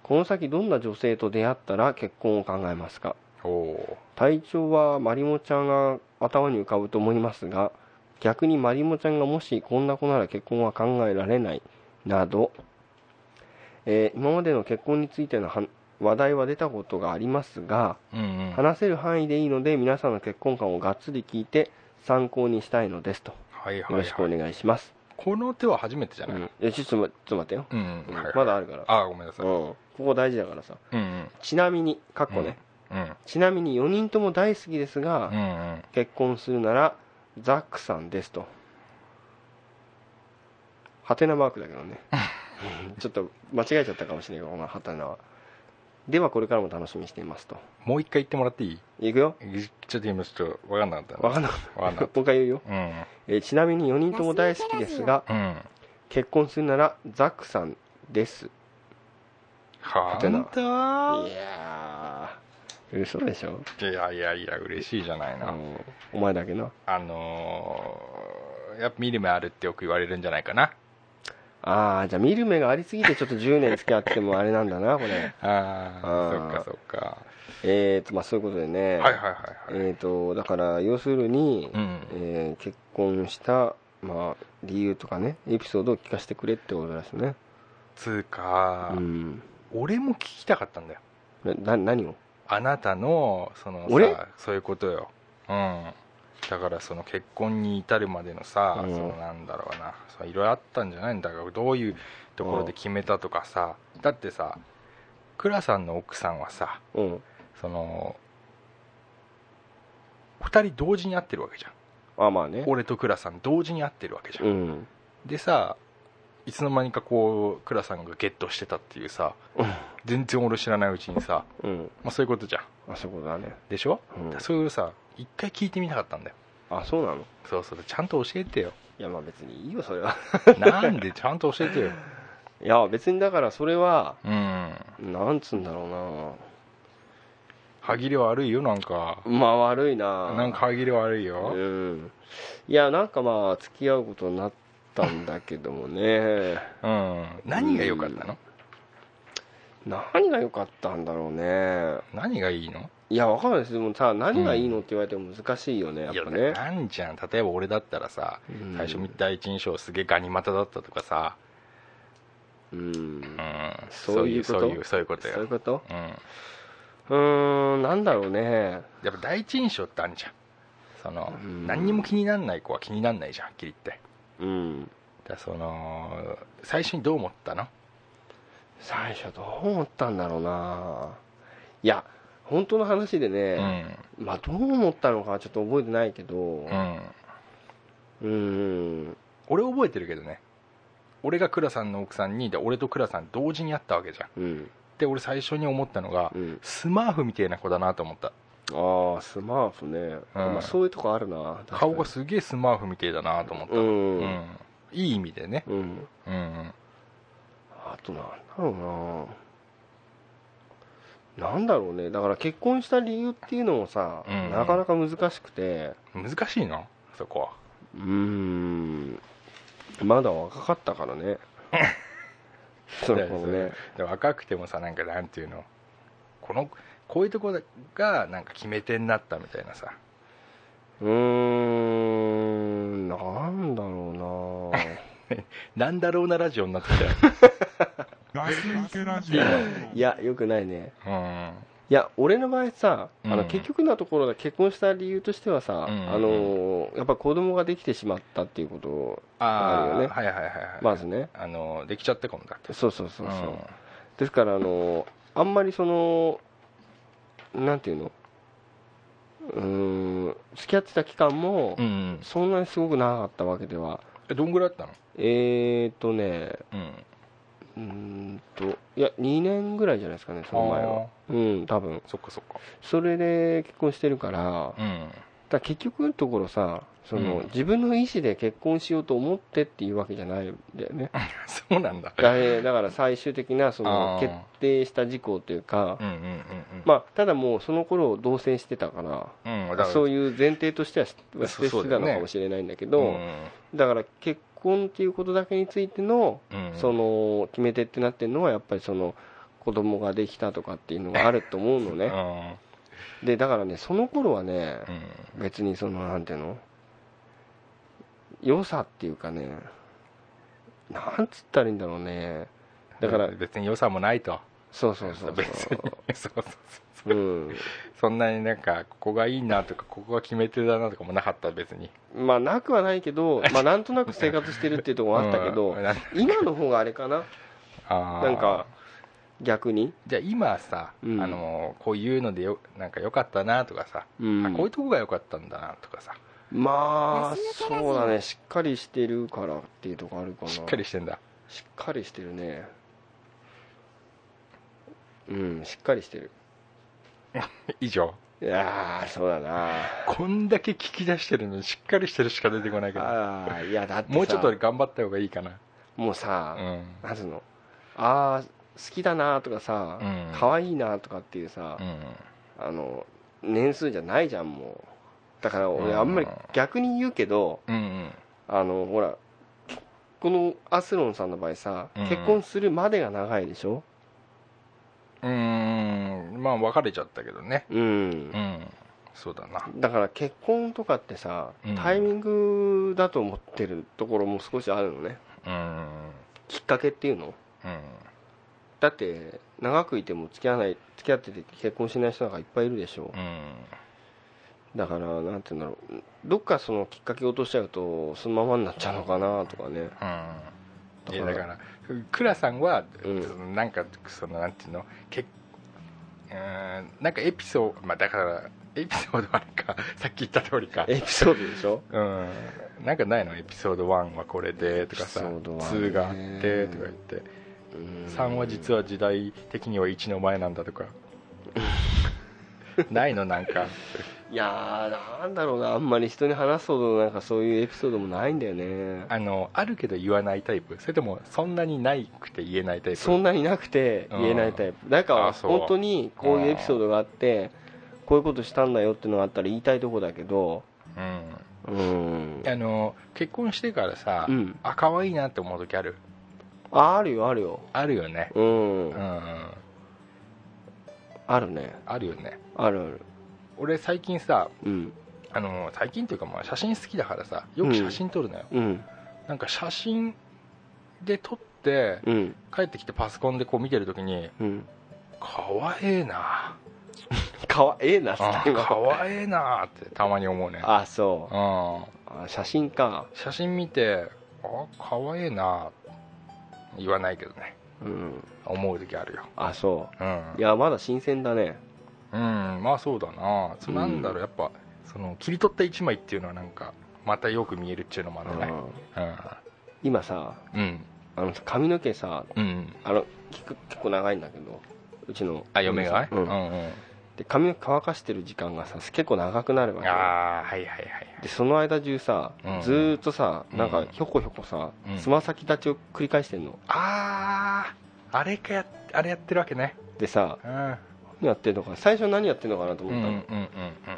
Speaker 3: この先どんな女性と出会ったら結婚を考えますか
Speaker 4: おお
Speaker 3: 隊長はマリモちゃんが頭に浮かぶと思いますが逆にマリモちゃんがもしこんな子なら結婚は考えられないなど、えー今までの結婚についてのは話題は出たことがありますが
Speaker 4: うんうんは
Speaker 3: 話せる範囲でいいので皆さんの結婚観をがっつり聞いて参考にしたいのですと
Speaker 4: いはい
Speaker 3: よ
Speaker 4: は
Speaker 3: ろしくお
Speaker 4: い
Speaker 3: 願いします、
Speaker 4: この手は初めてじゃない
Speaker 3: うんいやちょっとまちょっと待ってよ、
Speaker 4: うんうんはいはい
Speaker 3: まだあるから
Speaker 4: あーごめんな
Speaker 3: う
Speaker 4: さ
Speaker 3: ん、
Speaker 4: い
Speaker 3: ここ大事だからさ
Speaker 4: うんうん
Speaker 3: ちなみにかっこね、
Speaker 4: うん
Speaker 3: ちなみに4人とも大好きですが、
Speaker 4: うんうん
Speaker 3: 結婚するならザックさんですとハテナマークだけど ねちょっと間違えちゃったかもしれないけどこのハテナはではこれからも楽しみにしていますと
Speaker 4: もう一回言ってもらっていい
Speaker 3: いくよ
Speaker 4: ちょっと今ちょっと分かんなかった
Speaker 3: わかんな
Speaker 4: わかんな
Speaker 3: も
Speaker 4: かっ
Speaker 3: う一回言うよ、
Speaker 4: たうん
Speaker 3: えーちなみに4人とも大好きですが
Speaker 4: うん
Speaker 3: 結婚するならザックさんです
Speaker 4: は
Speaker 3: はてな
Speaker 4: あ
Speaker 3: いやー嘘でしょ
Speaker 4: いやいやいや嬉しいじゃないな、
Speaker 3: うんお前だけな
Speaker 4: あのー、やっぱ見る目あるってよく言われるんじゃないかな
Speaker 3: ああじゃあ見る目がありすぎてちょっと10年付き合ってもあれなんだなこ れ
Speaker 4: あ
Speaker 3: あ
Speaker 4: あそっ
Speaker 3: ー
Speaker 4: かそっか、
Speaker 3: えーとまあそういうことでね、
Speaker 4: はいはいはいはい、
Speaker 3: えーとだから要するに、
Speaker 4: うん
Speaker 3: えー結婚した、まあ、理由とかねエピソードを聞かせてくれってことですね
Speaker 4: つうか、
Speaker 3: うん
Speaker 4: 俺も聞きたかったんだよ
Speaker 3: なな何を
Speaker 4: あなたのその
Speaker 3: 俺
Speaker 4: さそういうことようんだからその結婚に至るまでのさ、
Speaker 3: うん
Speaker 4: そのなんだろうなそのいろいろあったんじゃないんだからどういうところで決めたとかさ、だってさ倉さんの奥さんはさ
Speaker 3: うん
Speaker 4: その2人同時に会ってるわけじゃん
Speaker 3: あまあね
Speaker 4: 俺と倉さん同時に会ってるわけじゃん、
Speaker 3: うん
Speaker 4: でさいつの間にかこう倉さんがゲットしてたっていうさ
Speaker 3: うん
Speaker 4: 全然俺知らないうちにさ、
Speaker 3: うん
Speaker 4: まあ、そういうことじゃん
Speaker 3: あそういうことだね
Speaker 4: でしょ、
Speaker 3: うん
Speaker 4: だからそういうさ一回聞いてみたかったんだよ
Speaker 3: あそうなの
Speaker 4: そうそうちゃんと教え てよ
Speaker 3: いやまあ別にいいよそれは
Speaker 4: なんでちゃんと教えてよ
Speaker 3: いや別にだからそれは
Speaker 4: うん
Speaker 3: なんつうんだろう
Speaker 4: 歯切れ悪いよなんか
Speaker 3: なまあ悪いな
Speaker 4: なんか歯切れ悪いよ、
Speaker 3: うんいやなんかまあ付き合うことになったんだけどもね
Speaker 4: うん何が良かったの、
Speaker 3: 何が良かったんだろうね
Speaker 4: 何がいいの
Speaker 3: いやわかんないですでもさ何がいいのって言われても難しいよねやっぱ
Speaker 4: いや
Speaker 3: ね
Speaker 4: なんじゃん例えば俺だったらさ
Speaker 3: うん
Speaker 4: 最初見た第一印象すげえガニ股だったとかさ、
Speaker 3: うん
Speaker 4: うん、
Speaker 3: そういうこと
Speaker 4: そういうそういうこと
Speaker 3: そういう
Speaker 4: よ、
Speaker 3: こと
Speaker 4: うん、や
Speaker 3: うーんなんだろうね
Speaker 4: っぱ第一印象ってあるじゃんその、
Speaker 3: うん
Speaker 4: 何にも気にならない子は気にならないじゃんはっきり言って
Speaker 3: うん
Speaker 4: だからその最初にどう思ったの
Speaker 3: 最初どう思ったんだろうないや本当の話で
Speaker 4: う
Speaker 3: ね、
Speaker 4: ん
Speaker 3: まあどう思ったのかはちょっと覚えてないけど
Speaker 4: うん
Speaker 3: うん
Speaker 4: 俺覚えてるけどね俺が倉さんの奥さんにで俺と倉さん同時に会ったわけじゃん
Speaker 3: うん
Speaker 4: で俺最初に思ったのが、
Speaker 3: うん
Speaker 4: スマーフみたいな子だなと思った
Speaker 3: ああスマーフね、まあ、そういうとこあるな
Speaker 4: 顔がすげえスマーフみたいだなと思った
Speaker 3: う、
Speaker 4: うん
Speaker 3: うん
Speaker 4: いい意味でねうんうん
Speaker 3: あとなんだろうななんだろうねだから結婚した理由っていうのもさ、
Speaker 4: うん
Speaker 3: なかなか難しくて
Speaker 4: 難しいのそこは
Speaker 3: うーんまだ若かったから ねそ
Speaker 4: だ
Speaker 3: う
Speaker 4: よ
Speaker 3: そう
Speaker 4: ね
Speaker 3: ね
Speaker 4: で若くてもさなんかなんていうのこのこういうとこがなんか決め手になったみたいなさ
Speaker 3: うーんなんだろうな
Speaker 4: なんだろうなラジオになってき
Speaker 1: ガス抜けラジオ。
Speaker 3: いやよくないね
Speaker 4: たよ
Speaker 3: いや俺の場合さ、あ
Speaker 4: う
Speaker 3: の
Speaker 4: ん
Speaker 3: 結局のところだ結婚した理由としてはさ、
Speaker 4: うん
Speaker 3: あのやっぱ子供ができてしまったっていうこと
Speaker 4: ああ
Speaker 3: あ
Speaker 4: ー、
Speaker 3: るよね
Speaker 4: はいはいはいはい
Speaker 3: まずね
Speaker 4: あのできちゃったかもだって
Speaker 3: そうそうそうそう、
Speaker 4: ん
Speaker 3: ですからあのあんまりそのなんていうのうーん付き合ってた期間も、
Speaker 4: うんうん
Speaker 3: そんなにすごく長かったわけでは
Speaker 4: えどんぐらいあったの
Speaker 3: えーとね
Speaker 4: うん
Speaker 3: うーんといや2年ぐらいじゃないですかねその前はうん多分
Speaker 4: そっかそっか
Speaker 3: それで結婚してるからだか
Speaker 4: うん
Speaker 3: ら結局のところさその、
Speaker 4: うん
Speaker 3: 自分の意思で結婚しようと思ってっていうわけじゃないんだよね
Speaker 4: そうなんだ
Speaker 3: だえーだから最終的なそ
Speaker 4: あ
Speaker 3: の
Speaker 4: ー
Speaker 3: 決定した事項というか
Speaker 4: うんうんうんうん
Speaker 3: まあ、ただもうその頃同棲してたから
Speaker 4: うんだから
Speaker 3: そういう前提としてはしは
Speaker 4: そう
Speaker 3: して
Speaker 4: そうだ
Speaker 3: た
Speaker 4: よね
Speaker 3: のかもしれないんだけ
Speaker 4: う
Speaker 3: どだ,、
Speaker 4: ん
Speaker 3: から結婚っていうことだけについての,、
Speaker 4: うん
Speaker 3: その決め手ってなってるのはやっぱりその子供ができたとかっていうのがあると思うの
Speaker 4: う
Speaker 3: ね
Speaker 4: ん
Speaker 3: でだからねその頃はね
Speaker 4: うん
Speaker 3: 別にそのなんていうの良さっていうかねなんつったらいいんだろうねだから
Speaker 4: 別に良さもないと
Speaker 3: そうそうそう
Speaker 4: 別にそうそう
Speaker 3: そう、うん、
Speaker 4: そんなになんかここがいいなとかここが決め手だなとかもなかった別に
Speaker 3: まあなくはないけ ど、まあ、なんとなく生活してるっていうところもあったけど
Speaker 4: うんなん
Speaker 3: 今の方があれかな
Speaker 4: あー
Speaker 3: なんか逆に、
Speaker 4: じゃあ今さ、
Speaker 3: うん
Speaker 4: あのこういうのでよなんか良かったなとかさ、
Speaker 3: うん
Speaker 4: あこういうとこが良かったんだなとかさ
Speaker 3: まあ
Speaker 5: ガス抜けラジオ
Speaker 3: そうだねしっかりしてるからっていうとこあるかな
Speaker 4: しっかりしてんだ
Speaker 3: しっかりしてるねうんしっかりしてる
Speaker 4: 以上
Speaker 3: いやーそうだな
Speaker 4: こんだけ聞き出してるのにしっかりしてるしか出てこないから
Speaker 3: あーいやだってさ
Speaker 4: もうちょっと頑張った方がいいかな
Speaker 3: もう
Speaker 4: う
Speaker 3: さ、
Speaker 4: ん
Speaker 3: なんつうのああ好きだなとかさ
Speaker 4: うん
Speaker 3: 可愛、いなとかっていうさ
Speaker 4: う、ん
Speaker 3: あの年数じゃないじゃんもうだから
Speaker 4: う
Speaker 3: 俺
Speaker 4: ん
Speaker 3: あんまり逆に言うけど、
Speaker 4: うんうん
Speaker 3: あのほらこのアスロンさんの場合さ、
Speaker 4: うん
Speaker 3: 結婚するまでが長いでしょ
Speaker 4: うーんまあ別れちゃったけどね
Speaker 3: うん
Speaker 4: う、んそうだな
Speaker 3: だから結婚とかってさ
Speaker 4: うん
Speaker 3: タイミングだと思ってるところも少しあるのね
Speaker 4: うん
Speaker 3: きっかけっていうの
Speaker 4: うん
Speaker 3: だって長くいても付き合わない付き合ってて結婚しない人なんかいっぱいいるでしょ
Speaker 4: うん
Speaker 3: だからなんて言うんだろうどっかそのきっかけを落としちゃうとそのままになっちゃうのかなとかね
Speaker 4: うん、い
Speaker 3: だから
Speaker 4: やだから倉さんは、
Speaker 3: うん
Speaker 4: なんかそのなんていうのけうーんなんかエピソードまあだからエピソード1か さっき言った通りか
Speaker 3: エピソードでしょ
Speaker 4: うんなんかないのエピソード1はこれでとかさ、
Speaker 3: エピソード1
Speaker 4: 2があってとか言って3は実は時代的には1の前なんだ とかないのなんか
Speaker 3: いやーなんだろうなあんまり人に話すほどなんかそういうエピソードもないんだよね
Speaker 4: あのあるけど言わないタイプそれともそんなにないくて言えないタイプ
Speaker 3: そんなになくて言えないタイプだから
Speaker 4: あそう
Speaker 3: 本当にこういうエピソードがあってこういうことしたんだよっていうのがあったら言いたいとこだけど
Speaker 4: うん
Speaker 3: うん
Speaker 4: あの結婚してからさ、
Speaker 3: うん
Speaker 4: あ可愛いなって思う時ある
Speaker 3: ああるよあるよ
Speaker 4: あるよね
Speaker 3: うん
Speaker 4: うん
Speaker 3: あるね
Speaker 4: あるよね
Speaker 3: あるある
Speaker 4: 俺最近さ
Speaker 3: うん
Speaker 4: あの最近というかまあ写真好きだからさよく写真撮るのよ、
Speaker 3: うん
Speaker 4: なんか写真で撮って
Speaker 3: うん
Speaker 4: 帰ってきてパソコンでこう見てる時に
Speaker 3: うん
Speaker 4: 可愛いな
Speaker 3: かわええな
Speaker 4: あ
Speaker 3: 最後
Speaker 4: 可愛いなってたまに思うね
Speaker 3: あそう
Speaker 4: うん
Speaker 3: あ写真か
Speaker 4: 写真見てあ可愛いな言わないけどね
Speaker 3: うん
Speaker 4: 思う時あるよ
Speaker 3: あそ
Speaker 4: うん
Speaker 3: ういやまだ新鮮だね
Speaker 4: うんまあそうだなそうなんだろう、やっぱその切り取った一枚っていうのはなんかまたよく見えるっていうのもあるね
Speaker 3: うん今さ
Speaker 4: うん
Speaker 3: あの髪の毛さ
Speaker 4: うん、うん、
Speaker 3: あの結構結構長いんだけどうちの
Speaker 4: あ嫁がね
Speaker 3: うん
Speaker 4: うんうん
Speaker 3: で髪の毛乾かしてる時間がさ結構長くなるわけよ
Speaker 4: ああはいはいはい
Speaker 3: でその間中さ、
Speaker 4: うん
Speaker 3: ずーっとさなん
Speaker 4: う
Speaker 3: か
Speaker 4: ん
Speaker 3: ひょこひょこさ
Speaker 4: うん
Speaker 3: つま、先立ちを繰り返してんの
Speaker 4: あああれかやあれやってるわけね
Speaker 3: でさ
Speaker 4: うんうん
Speaker 3: 何やってんのか最初何やってんのかなと
Speaker 4: うんう
Speaker 3: 思ったの、
Speaker 4: んうん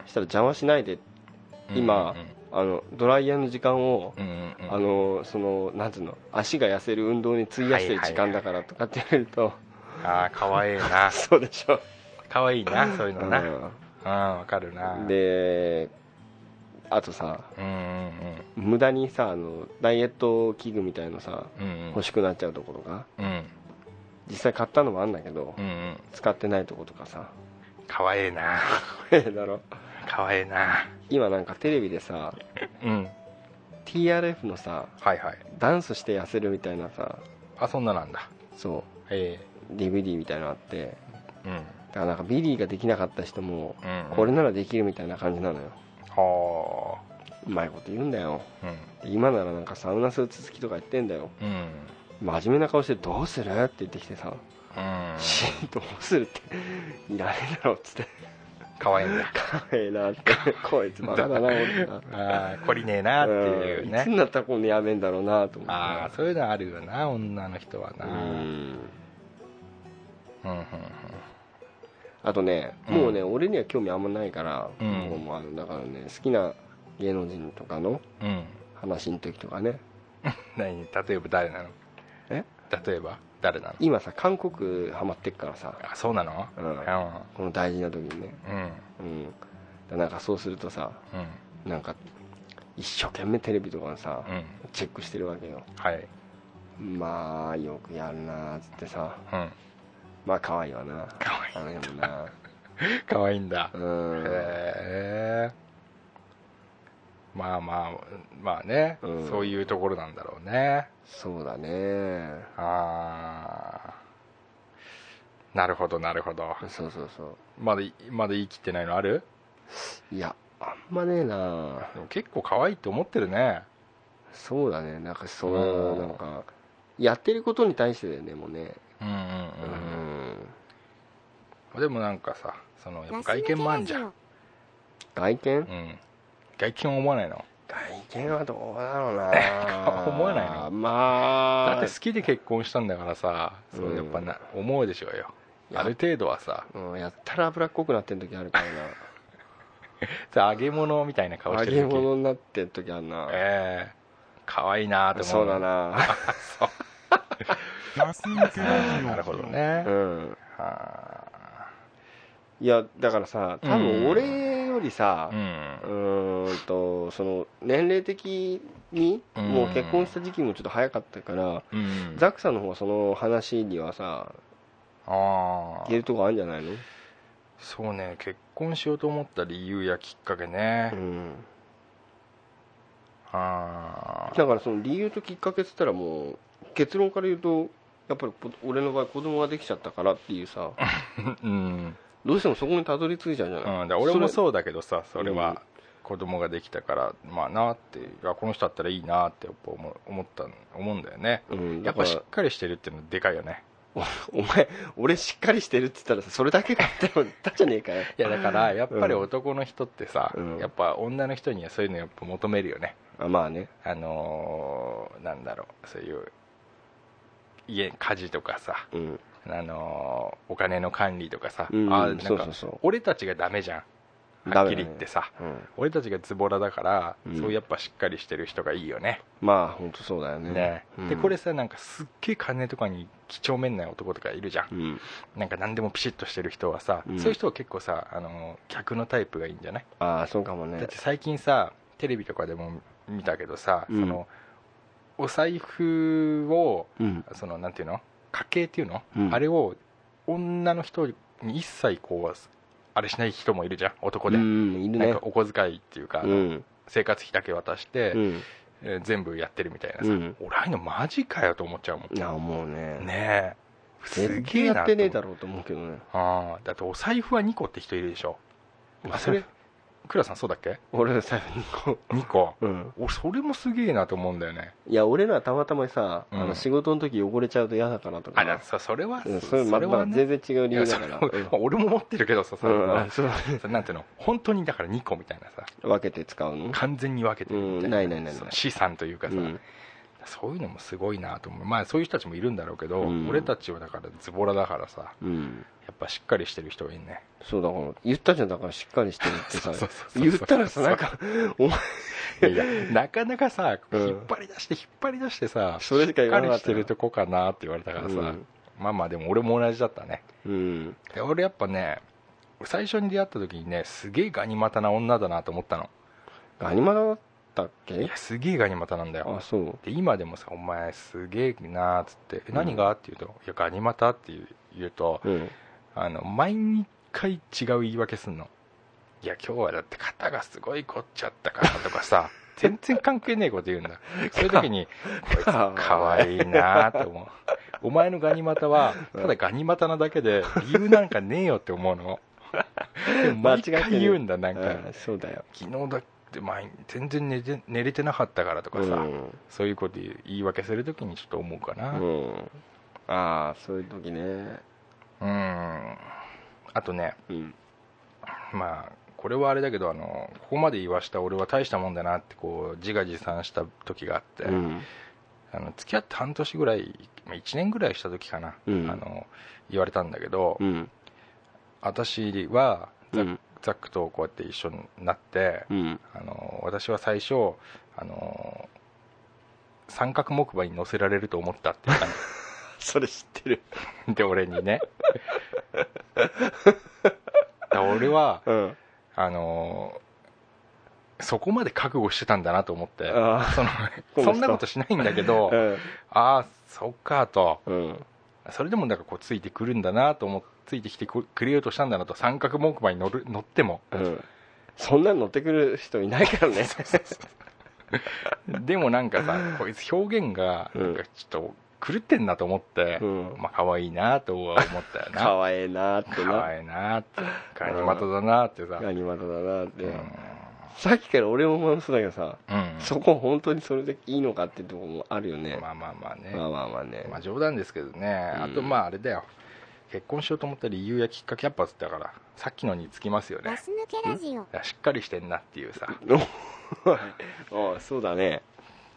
Speaker 3: そしたら邪魔しないで
Speaker 4: うん
Speaker 3: 今
Speaker 4: うん
Speaker 3: あのドライヤーの時間を、
Speaker 4: うんうんうん
Speaker 3: あのそのなんつうの足が痩せる運動に費やしてる時間だからとかって言うと、
Speaker 4: ああ可愛いな
Speaker 3: そうでしょ、
Speaker 4: 可愛いなそういうのなうん
Speaker 3: う、
Speaker 4: わかるなん
Speaker 3: であとさ
Speaker 4: うんうん
Speaker 3: 無駄にさあのダイエット器具みたいのさ
Speaker 4: うんうん
Speaker 3: 欲しくなっちゃうところが
Speaker 4: うん
Speaker 3: 実際買ったのもあんだけど、
Speaker 4: うんうん
Speaker 3: 使ってないとことかさ
Speaker 4: 可愛いな
Speaker 3: だろ
Speaker 4: 可愛いな
Speaker 3: 今なんかテレビでさ
Speaker 4: うん
Speaker 3: TRF のさ
Speaker 4: はいはい
Speaker 3: ダンスして痩せるみたいなさ
Speaker 4: あそんななんだ
Speaker 3: そ
Speaker 4: え
Speaker 3: う DVD みたいなのあって
Speaker 4: えうん
Speaker 3: だからなんかビリーができなかった人も
Speaker 4: うん
Speaker 3: これならできるみたいな感じなのよ
Speaker 4: は
Speaker 3: うまいこと言うんだよ
Speaker 4: あうん
Speaker 3: で今ならなんかサウナスーツ好きとか言ってんだよ
Speaker 4: うん
Speaker 3: 真面目な顔して「どうする?」って言ってきてさ
Speaker 4: うん
Speaker 3: 「しどうする?」って「いらねえだろ」っつって
Speaker 4: かわいいんだ
Speaker 3: かわいいなってこいつバカだな俺な
Speaker 4: あー懲りねえなってい
Speaker 3: う
Speaker 4: う
Speaker 3: んいつに
Speaker 4: ね
Speaker 3: なったらこんなやめんだろうなと思って
Speaker 4: ああそういうのあるよな女の人はな
Speaker 3: う
Speaker 4: うん
Speaker 3: ん
Speaker 4: うんうん
Speaker 3: あとね、
Speaker 4: うん
Speaker 3: もうね俺には興味あんまないから、
Speaker 4: うん
Speaker 3: もうもうあのだからね好きな芸能人とかの
Speaker 4: うん
Speaker 3: 話の時とかね
Speaker 4: 何例えば誰なの
Speaker 3: え
Speaker 4: 例えば誰なの
Speaker 3: 今さ韓国ハマってっからさ、
Speaker 4: あそうなの
Speaker 3: うん
Speaker 4: う
Speaker 3: この大事な時にね、
Speaker 4: んうん
Speaker 3: うん、だからなんかそうするとさ
Speaker 4: うん
Speaker 3: なんか一生懸命テレビとかさ、
Speaker 4: うん
Speaker 3: チェックしてるわけよ
Speaker 4: はい
Speaker 3: まあよくやるなーっつってさ
Speaker 4: うん
Speaker 3: まあ可愛いわな
Speaker 4: かわい
Speaker 3: あの辺もな
Speaker 4: いかわいいんだ
Speaker 3: う
Speaker 4: へ
Speaker 3: ん
Speaker 4: えまあまあまあね、
Speaker 3: うん
Speaker 4: そういうところなんだろうね
Speaker 3: そうだね
Speaker 4: あーなるほどなるほど
Speaker 3: そうそうそ
Speaker 4: まだいまだ言い切ってないのある
Speaker 3: ういやあんまねえな
Speaker 4: でも結構可愛いって思ってるね
Speaker 3: そうだねなんかそうの
Speaker 4: ん
Speaker 3: なんかやってることに対してだよねもうね
Speaker 4: うんうん
Speaker 3: う
Speaker 4: うん、
Speaker 3: ん
Speaker 4: でもなんかさそのやっぱ外
Speaker 5: 外見
Speaker 4: 見
Speaker 5: も
Speaker 4: もあ
Speaker 5: あ
Speaker 4: ん
Speaker 5: ん
Speaker 4: じ
Speaker 5: じ
Speaker 4: ゃ
Speaker 5: ゃ
Speaker 4: ん
Speaker 5: ん
Speaker 3: 外見
Speaker 4: うん外見思わないの
Speaker 3: 外見はどうだろう
Speaker 4: 顔
Speaker 3: な
Speaker 4: 思わないの
Speaker 3: まあ
Speaker 4: だって好きで結婚したんだからさそ
Speaker 3: うん
Speaker 4: うやっぱな思うでしょうよ
Speaker 3: いや
Speaker 4: ある程度はさ
Speaker 3: うん、やったら脂っこくなってる時あるから
Speaker 4: 揚げ物みたいな顔
Speaker 3: な
Speaker 4: し
Speaker 3: 揚
Speaker 4: てる
Speaker 3: げ
Speaker 4: 時
Speaker 3: 物になってる時あるな
Speaker 4: ええ可愛いなと思う
Speaker 3: そうだ な
Speaker 1: ガス抜けラジオ。
Speaker 4: なるほど。ね
Speaker 3: う、ん
Speaker 4: はい
Speaker 3: やだからさ多分俺よりさ
Speaker 4: あうん
Speaker 3: うーんとその年齢的に
Speaker 4: うん
Speaker 3: もう結婚した時期もちょっと早かったから、
Speaker 4: うん
Speaker 3: ザックさんの方はその話にはさ
Speaker 4: ああ
Speaker 3: 言えるとこあるんじゃないの
Speaker 4: そうね結婚しようと思った理由やきっかけ
Speaker 3: う
Speaker 4: ね、
Speaker 3: ん
Speaker 4: ああ
Speaker 3: だからその理由ときっかけっつったらもう結論から言うとやっぱりこ俺の場合子供ができちゃったからっていうさ
Speaker 4: うん、
Speaker 3: どうしてもそこにたどり着いちゃうじゃ
Speaker 4: うん、だ
Speaker 3: ない、
Speaker 4: から俺も
Speaker 3: そ
Speaker 4: そうだけどさそれは子供ができたからまあなってあこの人だったらいいなってやっぱ思う思った思うんだよね
Speaker 3: れうん、
Speaker 4: や
Speaker 3: だか
Speaker 4: っぱ
Speaker 3: ら
Speaker 4: しっかりしてるっていうのはでかいよね
Speaker 3: お前俺しっかりしてるっつったらさそれだけかって言ったじゃねえかよ
Speaker 4: いやだからやっぱり男の人ってさ、
Speaker 3: うん
Speaker 4: やっぱ女の人にはそういうのやっぱ求めるよね
Speaker 3: あまあね
Speaker 4: あのーなんだろうそういう家家事とかさ、
Speaker 3: うん
Speaker 4: あのーお金の管理とかさ、
Speaker 3: うん
Speaker 4: あーなんか
Speaker 3: そうそうそう
Speaker 4: 俺たちがダメじゃんは
Speaker 3: ダメ
Speaker 4: っ
Speaker 3: だね
Speaker 4: きり言ってさ、
Speaker 3: うん
Speaker 4: 俺たちがズボラだから、
Speaker 3: うん
Speaker 4: そうやっぱしっかりしてる人がいいよね,、
Speaker 3: まあ本当そうだよね
Speaker 4: ね
Speaker 3: うん
Speaker 4: でこれさなんかすっげえ金とかに几帳面な男とかいるじゃん、
Speaker 3: うん
Speaker 4: なんか何でもピシッとしてる人はさ、
Speaker 3: うん
Speaker 4: そういう人は結構さ、あのー客のタイプがいいんじゃない
Speaker 3: ああそうかもね
Speaker 4: だって最近さテレビとかでも見たけどさ、
Speaker 3: うん
Speaker 4: そのお財布を
Speaker 3: うん
Speaker 4: そのなんていうの家計っていうの、
Speaker 3: うん
Speaker 4: あれを女の人に一切こうあれしない人もいるじゃん男で、
Speaker 3: うんいる
Speaker 4: なん
Speaker 3: ね
Speaker 4: かお小遣いっていうか、
Speaker 3: うん
Speaker 4: 生活費だけ渡して、
Speaker 3: うん
Speaker 4: えー全部やってるみたいなさ、
Speaker 3: うん
Speaker 4: 俺ああいうのマジかよと思っちゃうもん
Speaker 3: いや思うね
Speaker 4: ねえす
Speaker 3: 絶
Speaker 4: げ
Speaker 3: 対
Speaker 4: え
Speaker 3: や
Speaker 4: な
Speaker 3: っ
Speaker 4: と
Speaker 3: て
Speaker 4: 思
Speaker 3: ね
Speaker 4: う
Speaker 3: えだろうと思うけどね
Speaker 4: ああだってお財布は2個って人いるでしょあそれ倉さんそうだっけ
Speaker 3: 俺の財布にこ
Speaker 4: 2個
Speaker 3: ううん
Speaker 4: 俺それもすげえなと思うんだよね
Speaker 3: いや俺らはたまたまさ、あ
Speaker 4: うん
Speaker 3: の仕事の時汚れちゃうと嫌だからとか
Speaker 4: あだそそれは、
Speaker 3: うん、そ
Speaker 4: そ
Speaker 3: れま
Speaker 4: それは
Speaker 3: あ全
Speaker 4: ね
Speaker 3: 然違う
Speaker 4: い
Speaker 3: 理
Speaker 4: や
Speaker 3: 由
Speaker 4: そ
Speaker 3: だ
Speaker 4: れ
Speaker 3: から
Speaker 4: は俺も持ってるけどさ、それ
Speaker 3: うん、うん
Speaker 4: は
Speaker 3: あそう
Speaker 4: そなんていうの本当にだから2個みたいなさ
Speaker 3: 分けて使うの
Speaker 4: 完全に分けてるみた
Speaker 3: う
Speaker 4: いな,、
Speaker 3: んないないないない
Speaker 4: その資産というかさ、
Speaker 3: うん
Speaker 4: そういうのもすごいなと思うまあそういう人たちもいるんだろうけど、
Speaker 3: うん
Speaker 4: 俺たちはだからズボラだからさ
Speaker 3: うん
Speaker 4: やっぱしっかりしてる人がいいね
Speaker 3: そうだから言ったじゃんだからしっかりしてるってさ
Speaker 4: そうそうそうそう
Speaker 3: 言ったらさなんかお前
Speaker 4: いや なかなかさ
Speaker 3: うん
Speaker 4: 引っ張り出して引っ張り出してさ
Speaker 3: それしか言わなか
Speaker 4: しっか
Speaker 3: った
Speaker 4: りしてるとこかなって言われたからさ、
Speaker 3: うん
Speaker 4: まあまあでも俺も同じだったね
Speaker 3: うん
Speaker 4: で俺やっぱね最初に出会った時にねすげえガニ股な女だなと思ったの
Speaker 3: ガニマだったっ
Speaker 4: い
Speaker 3: け
Speaker 4: やすげえガニ股なんだ
Speaker 3: あ
Speaker 4: よ
Speaker 3: そう
Speaker 4: で今でもさ「お前すげえな」っつって「え
Speaker 3: ん
Speaker 4: 何が?」って言うと「いやガニ股」って言う言うと
Speaker 3: うん
Speaker 4: あの毎回違う言い訳すんの「いや今日はだって肩がすごい凝っちゃったから」とかさ 全然関係ねえこと言うんだそういう時に「こいつ
Speaker 3: か
Speaker 4: かわいいな」って思うお前のガニ股はただガニ股なだけで理由なんかねえよって思う のでも毎回言うんだなんか
Speaker 3: あそうだよ
Speaker 4: 昨日だって前全然寝て寝れてなかったからとかさ、
Speaker 3: うん
Speaker 4: そういうこと言う言い訳するときにちょっと思うかな
Speaker 3: う
Speaker 4: うん
Speaker 3: んああそういう時ね
Speaker 4: あとね
Speaker 3: うん
Speaker 4: まあこれはあれだけどあのここまで言わした俺は大したもんだなってこう自画自賛した時があって、
Speaker 3: うん
Speaker 4: あの付き合って半年ぐらい1年ぐらいした時かな、
Speaker 3: うん
Speaker 4: あの言われたんだけど、
Speaker 3: うん
Speaker 4: 私はザ,、
Speaker 3: うん
Speaker 4: ザックとこうやって一緒になって、
Speaker 3: うん
Speaker 4: あの私は最初あの三角木馬に乗せられると思ったって言った
Speaker 3: それ知ってる
Speaker 4: ので俺 にねだ俺は
Speaker 3: うん
Speaker 4: あのそこまで覚悟してたんだなと思って
Speaker 3: あー
Speaker 4: その
Speaker 3: この人
Speaker 4: そんなことしないんだけど、
Speaker 3: うん
Speaker 4: ああそっかと
Speaker 3: うん
Speaker 4: それでもなんかこうついてくるんだなと思ってついてきてくれようとしたんだなと三角木馬に乗る乗っても
Speaker 3: うんそんなの乗ってくる人いないからね
Speaker 4: でもなんかさこいつ表現がなんかちょっと狂ってんなと思って、
Speaker 3: うん
Speaker 4: まあ可愛いなとは思ったよな
Speaker 3: かわええなーって
Speaker 4: 可
Speaker 3: な
Speaker 4: 愛いなってガニ股だなってさ、
Speaker 3: ガニ股だなーって
Speaker 4: うん
Speaker 3: さっきから俺も思いますだけどさ、
Speaker 4: うん
Speaker 3: そこ本当にそれでいいのかってとこもあるよね。
Speaker 4: まあまあまあね
Speaker 3: まあまあまあね。
Speaker 4: まあ冗談ですけどね、
Speaker 3: うん
Speaker 4: あとまああれだよ結婚しようと思った理由やきっかけやっぱだからさっきのにつきますよ
Speaker 5: ガ
Speaker 4: ね
Speaker 5: ス抜けラジオ
Speaker 4: いやしっかりしてんなっていうさ
Speaker 3: ああ、そうだね。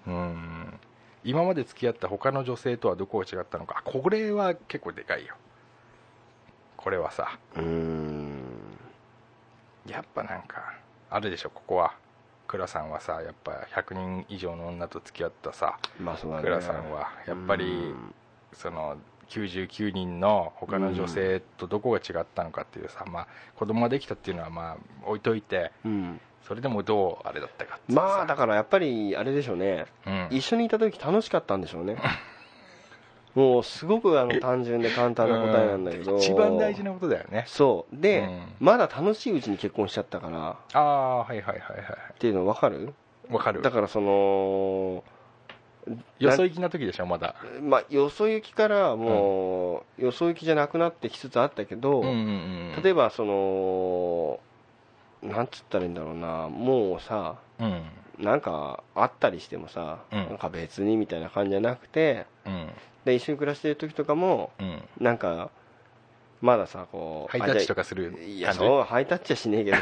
Speaker 4: うん今まで付き合った他の女性とはどこが違ったのかあこれは結構でかいよこれはさ
Speaker 3: うーん。
Speaker 4: やっぱなんかあるでしょここは倉さんはさやっぱ100人以上の女と付き合ったさ
Speaker 3: まあそうだね。
Speaker 4: 倉さんはやっぱ
Speaker 3: う
Speaker 4: り
Speaker 3: ん
Speaker 4: その99人の他の女性とどこが違ったのかっていうさ、まあ、子供ができたっていうのはまあ置いといて
Speaker 3: うん。
Speaker 4: それでもどうあれだったかっていうさ
Speaker 3: まあだからやっぱりあれでしょうね。
Speaker 4: うん
Speaker 3: 一緒にいた時楽しかったんでしょう ね。もうすごくあの単純で簡単な答えなんだけど。
Speaker 4: うん一番大事なことだよね
Speaker 3: そう。で、
Speaker 4: う
Speaker 3: まだ楽しいうちに結婚しちゃったから
Speaker 4: ああはいはいはいは
Speaker 3: っていうの分かる
Speaker 4: いわかる
Speaker 3: だからその、
Speaker 4: よそ行きな時でしょまだ
Speaker 3: まあ、よそ行きからもう、よそ行きじゃなくなってきつつあったけど、
Speaker 4: うんうんうん
Speaker 3: 例えばそのなんつったらいいんだろうなもうさ
Speaker 4: うん
Speaker 3: なんかあったりしてもさ、
Speaker 4: うん
Speaker 3: なんか別にみたいな感じじゃなくて
Speaker 4: うん
Speaker 3: で一緒に暮らしてる時とかも
Speaker 4: うん
Speaker 3: なんかまださこう
Speaker 4: ハイタッチと
Speaker 3: か
Speaker 4: かする
Speaker 3: いや
Speaker 4: 感じ
Speaker 3: そうハイタッチはしねえけ ど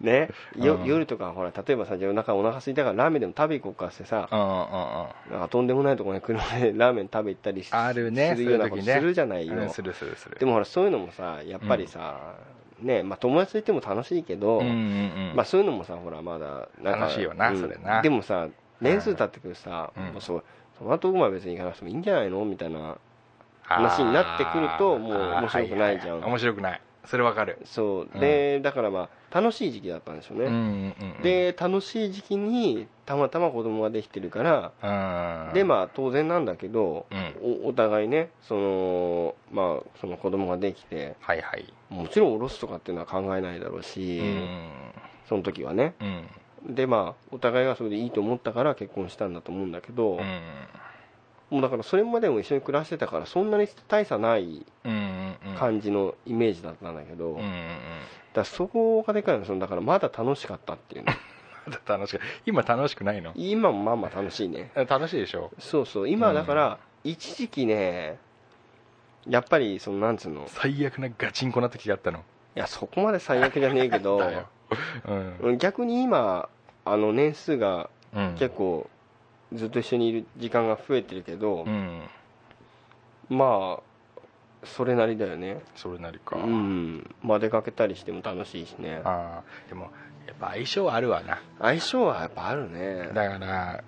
Speaker 3: ねよ、
Speaker 4: うん
Speaker 3: 夜とかほら例えばさじゃあ夜中お腹空いたからラーメンでも食べ行こうかってさ
Speaker 4: うんうんうん
Speaker 3: なんかとんでもないところに車でラーメン食べ行ったりし
Speaker 4: あるね
Speaker 3: するようなこと
Speaker 4: そういう時ね
Speaker 3: するじゃないよ、
Speaker 4: うんするするする
Speaker 3: でもほらそういうのもさやっぱりさ、ねまあ、友達といても楽しいけど、
Speaker 4: うんうんうん
Speaker 3: まあ、そういうのもさほらまだなんか
Speaker 4: 楽しいよな
Speaker 3: うん
Speaker 4: それな
Speaker 3: でもさ年数経ってくるとさ、
Speaker 4: うん
Speaker 3: もうそうそんな遠くまで別に行かなくてもいいんじゃないのみたいな話になってくるともう
Speaker 4: あー
Speaker 3: 面白くないじゃん
Speaker 4: はは面白くないそれわかる
Speaker 3: そうで、だからまあ楽しい時期だったんでしょう
Speaker 4: うんう
Speaker 3: ね、
Speaker 4: んうんうん
Speaker 3: で楽しい時期にたまたま子供ができてるから、
Speaker 4: うん
Speaker 3: でまあ当然なんだけど、
Speaker 4: うん
Speaker 3: おお互いねその、まあ、その子供ができて
Speaker 4: はいはい
Speaker 3: もちろんおろすとかっていうのは考えないだろうし、
Speaker 4: うん
Speaker 3: その時はね
Speaker 4: うん
Speaker 3: でまあお互いがそれでいいと思ったから結婚したんだと思うんだけど、
Speaker 4: うん
Speaker 3: もうだからそれまでも一緒に暮らしてたからそんなに大差ない
Speaker 4: うんうん
Speaker 3: 感じのイメージだったんだけど、
Speaker 4: うんう
Speaker 3: だか
Speaker 4: ん
Speaker 3: らそこがでかいのそのだからまだ楽しかったっていうね
Speaker 4: うん楽しく今楽しくないの
Speaker 3: 今もまあまあ楽しいね
Speaker 4: 楽しいでしょ
Speaker 3: そうそう今だから一時期ねやっぱりそのなんつうの
Speaker 4: 最悪なガチンコな時があったの
Speaker 3: いやそこまで最悪じゃねえけど
Speaker 4: だようん
Speaker 3: うん逆に今あの年数が
Speaker 4: うん
Speaker 3: 結構ずっと一緒にいる時間が増えてるけど
Speaker 4: う、ん
Speaker 3: まあそれなりだよね
Speaker 4: それなり
Speaker 3: う
Speaker 4: か
Speaker 3: んまあ出かけたりしても楽しいしね
Speaker 4: あーでもやっぱ相性はあるわな
Speaker 3: 相性はやっぱあるね
Speaker 4: だから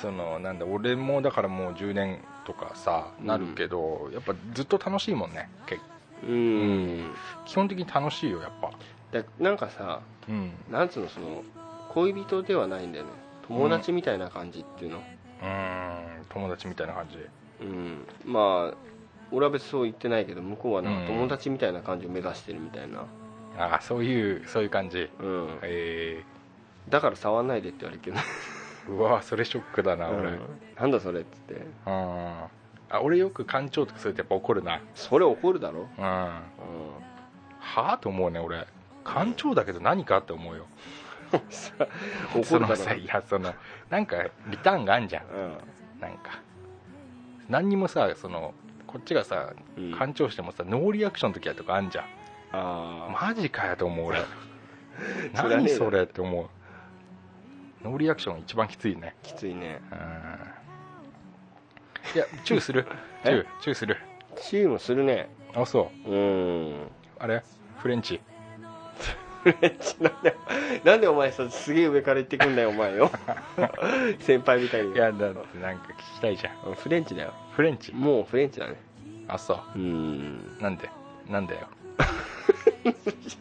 Speaker 4: そのなんだ俺もだからもう10年とかさなるけど、やっぱずっと楽しいもんねけ
Speaker 3: うん
Speaker 4: 基本的に楽しいよやっぱ
Speaker 3: だなんかさ
Speaker 4: うん
Speaker 3: なんつうのその恋人ではないんだよね友達みたいな感じっていうの
Speaker 4: うん友達みたいな感じ
Speaker 3: うん、まあ俺は別にそう言ってないけど向こうはなん
Speaker 4: う
Speaker 3: か
Speaker 4: ん
Speaker 3: 友達みたいな感じを目指してるみたいな、
Speaker 4: ああそういうそういう感じ
Speaker 3: うん、
Speaker 4: え
Speaker 3: だから触んないでって言われるけど、
Speaker 4: ー、うわそれショックだな
Speaker 3: う
Speaker 4: 俺、
Speaker 3: んなんだそれっつって
Speaker 4: ああ俺よく艦長とかそういうとやっぱ怒るな
Speaker 3: それ怒るだろ、
Speaker 4: うんはあと思うね俺艦長だけど何かって思うよ
Speaker 3: うん、怒
Speaker 4: そ
Speaker 3: るだ
Speaker 4: の
Speaker 3: ろ
Speaker 4: さいやそのなんかリターンがあんじゃんなんか何にもさそのこっちがさ
Speaker 3: うんうん、あ
Speaker 4: 干潮してもさノーリアクションの時やとかあんじゃん
Speaker 3: あ
Speaker 4: マジかやと思う 俺
Speaker 3: そりゃねえ
Speaker 4: 何
Speaker 3: だろ
Speaker 4: それって思うノーリアクション一番きついね
Speaker 3: きついね
Speaker 4: うんいやチューす るチューチューする
Speaker 3: チームするね
Speaker 4: あそう
Speaker 3: うん
Speaker 4: あれフレンチ
Speaker 3: なんでなんでお前さすげえ上から言ってくんだよお前 よ先輩みたいに
Speaker 4: いやだってなんか聞きたいじゃん
Speaker 3: うんフレンチだよ
Speaker 4: フレンチ
Speaker 3: もうフレンチだね
Speaker 4: あそ
Speaker 3: うん
Speaker 4: うなんでなん だよ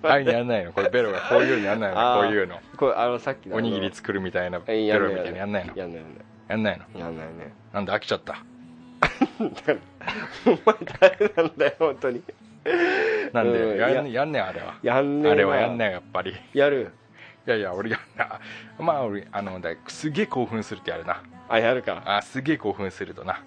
Speaker 4: あいにやんないのこれベロがこういうのやんない
Speaker 3: あ
Speaker 4: の
Speaker 3: ー
Speaker 4: こういうの
Speaker 3: これあのさっきの
Speaker 4: おにぎり
Speaker 3: つ
Speaker 4: 作るみたいなベ
Speaker 3: や
Speaker 4: ロ
Speaker 3: る
Speaker 4: みたいなやんないの
Speaker 3: やんないやんない
Speaker 4: やんないの
Speaker 3: やんないね
Speaker 4: なんで飽きちゃった
Speaker 3: お前誰なんだよ本当に
Speaker 4: なん
Speaker 3: う
Speaker 4: で
Speaker 3: ん
Speaker 4: やん
Speaker 3: い
Speaker 4: やんねんあれは
Speaker 3: やんねえな
Speaker 4: あれはやんねんやっぱりい
Speaker 3: やる
Speaker 4: やいや俺やんなまあ俺あのだすげえ興奮するってやるな
Speaker 3: あやるか
Speaker 4: あすげえ興奮するとな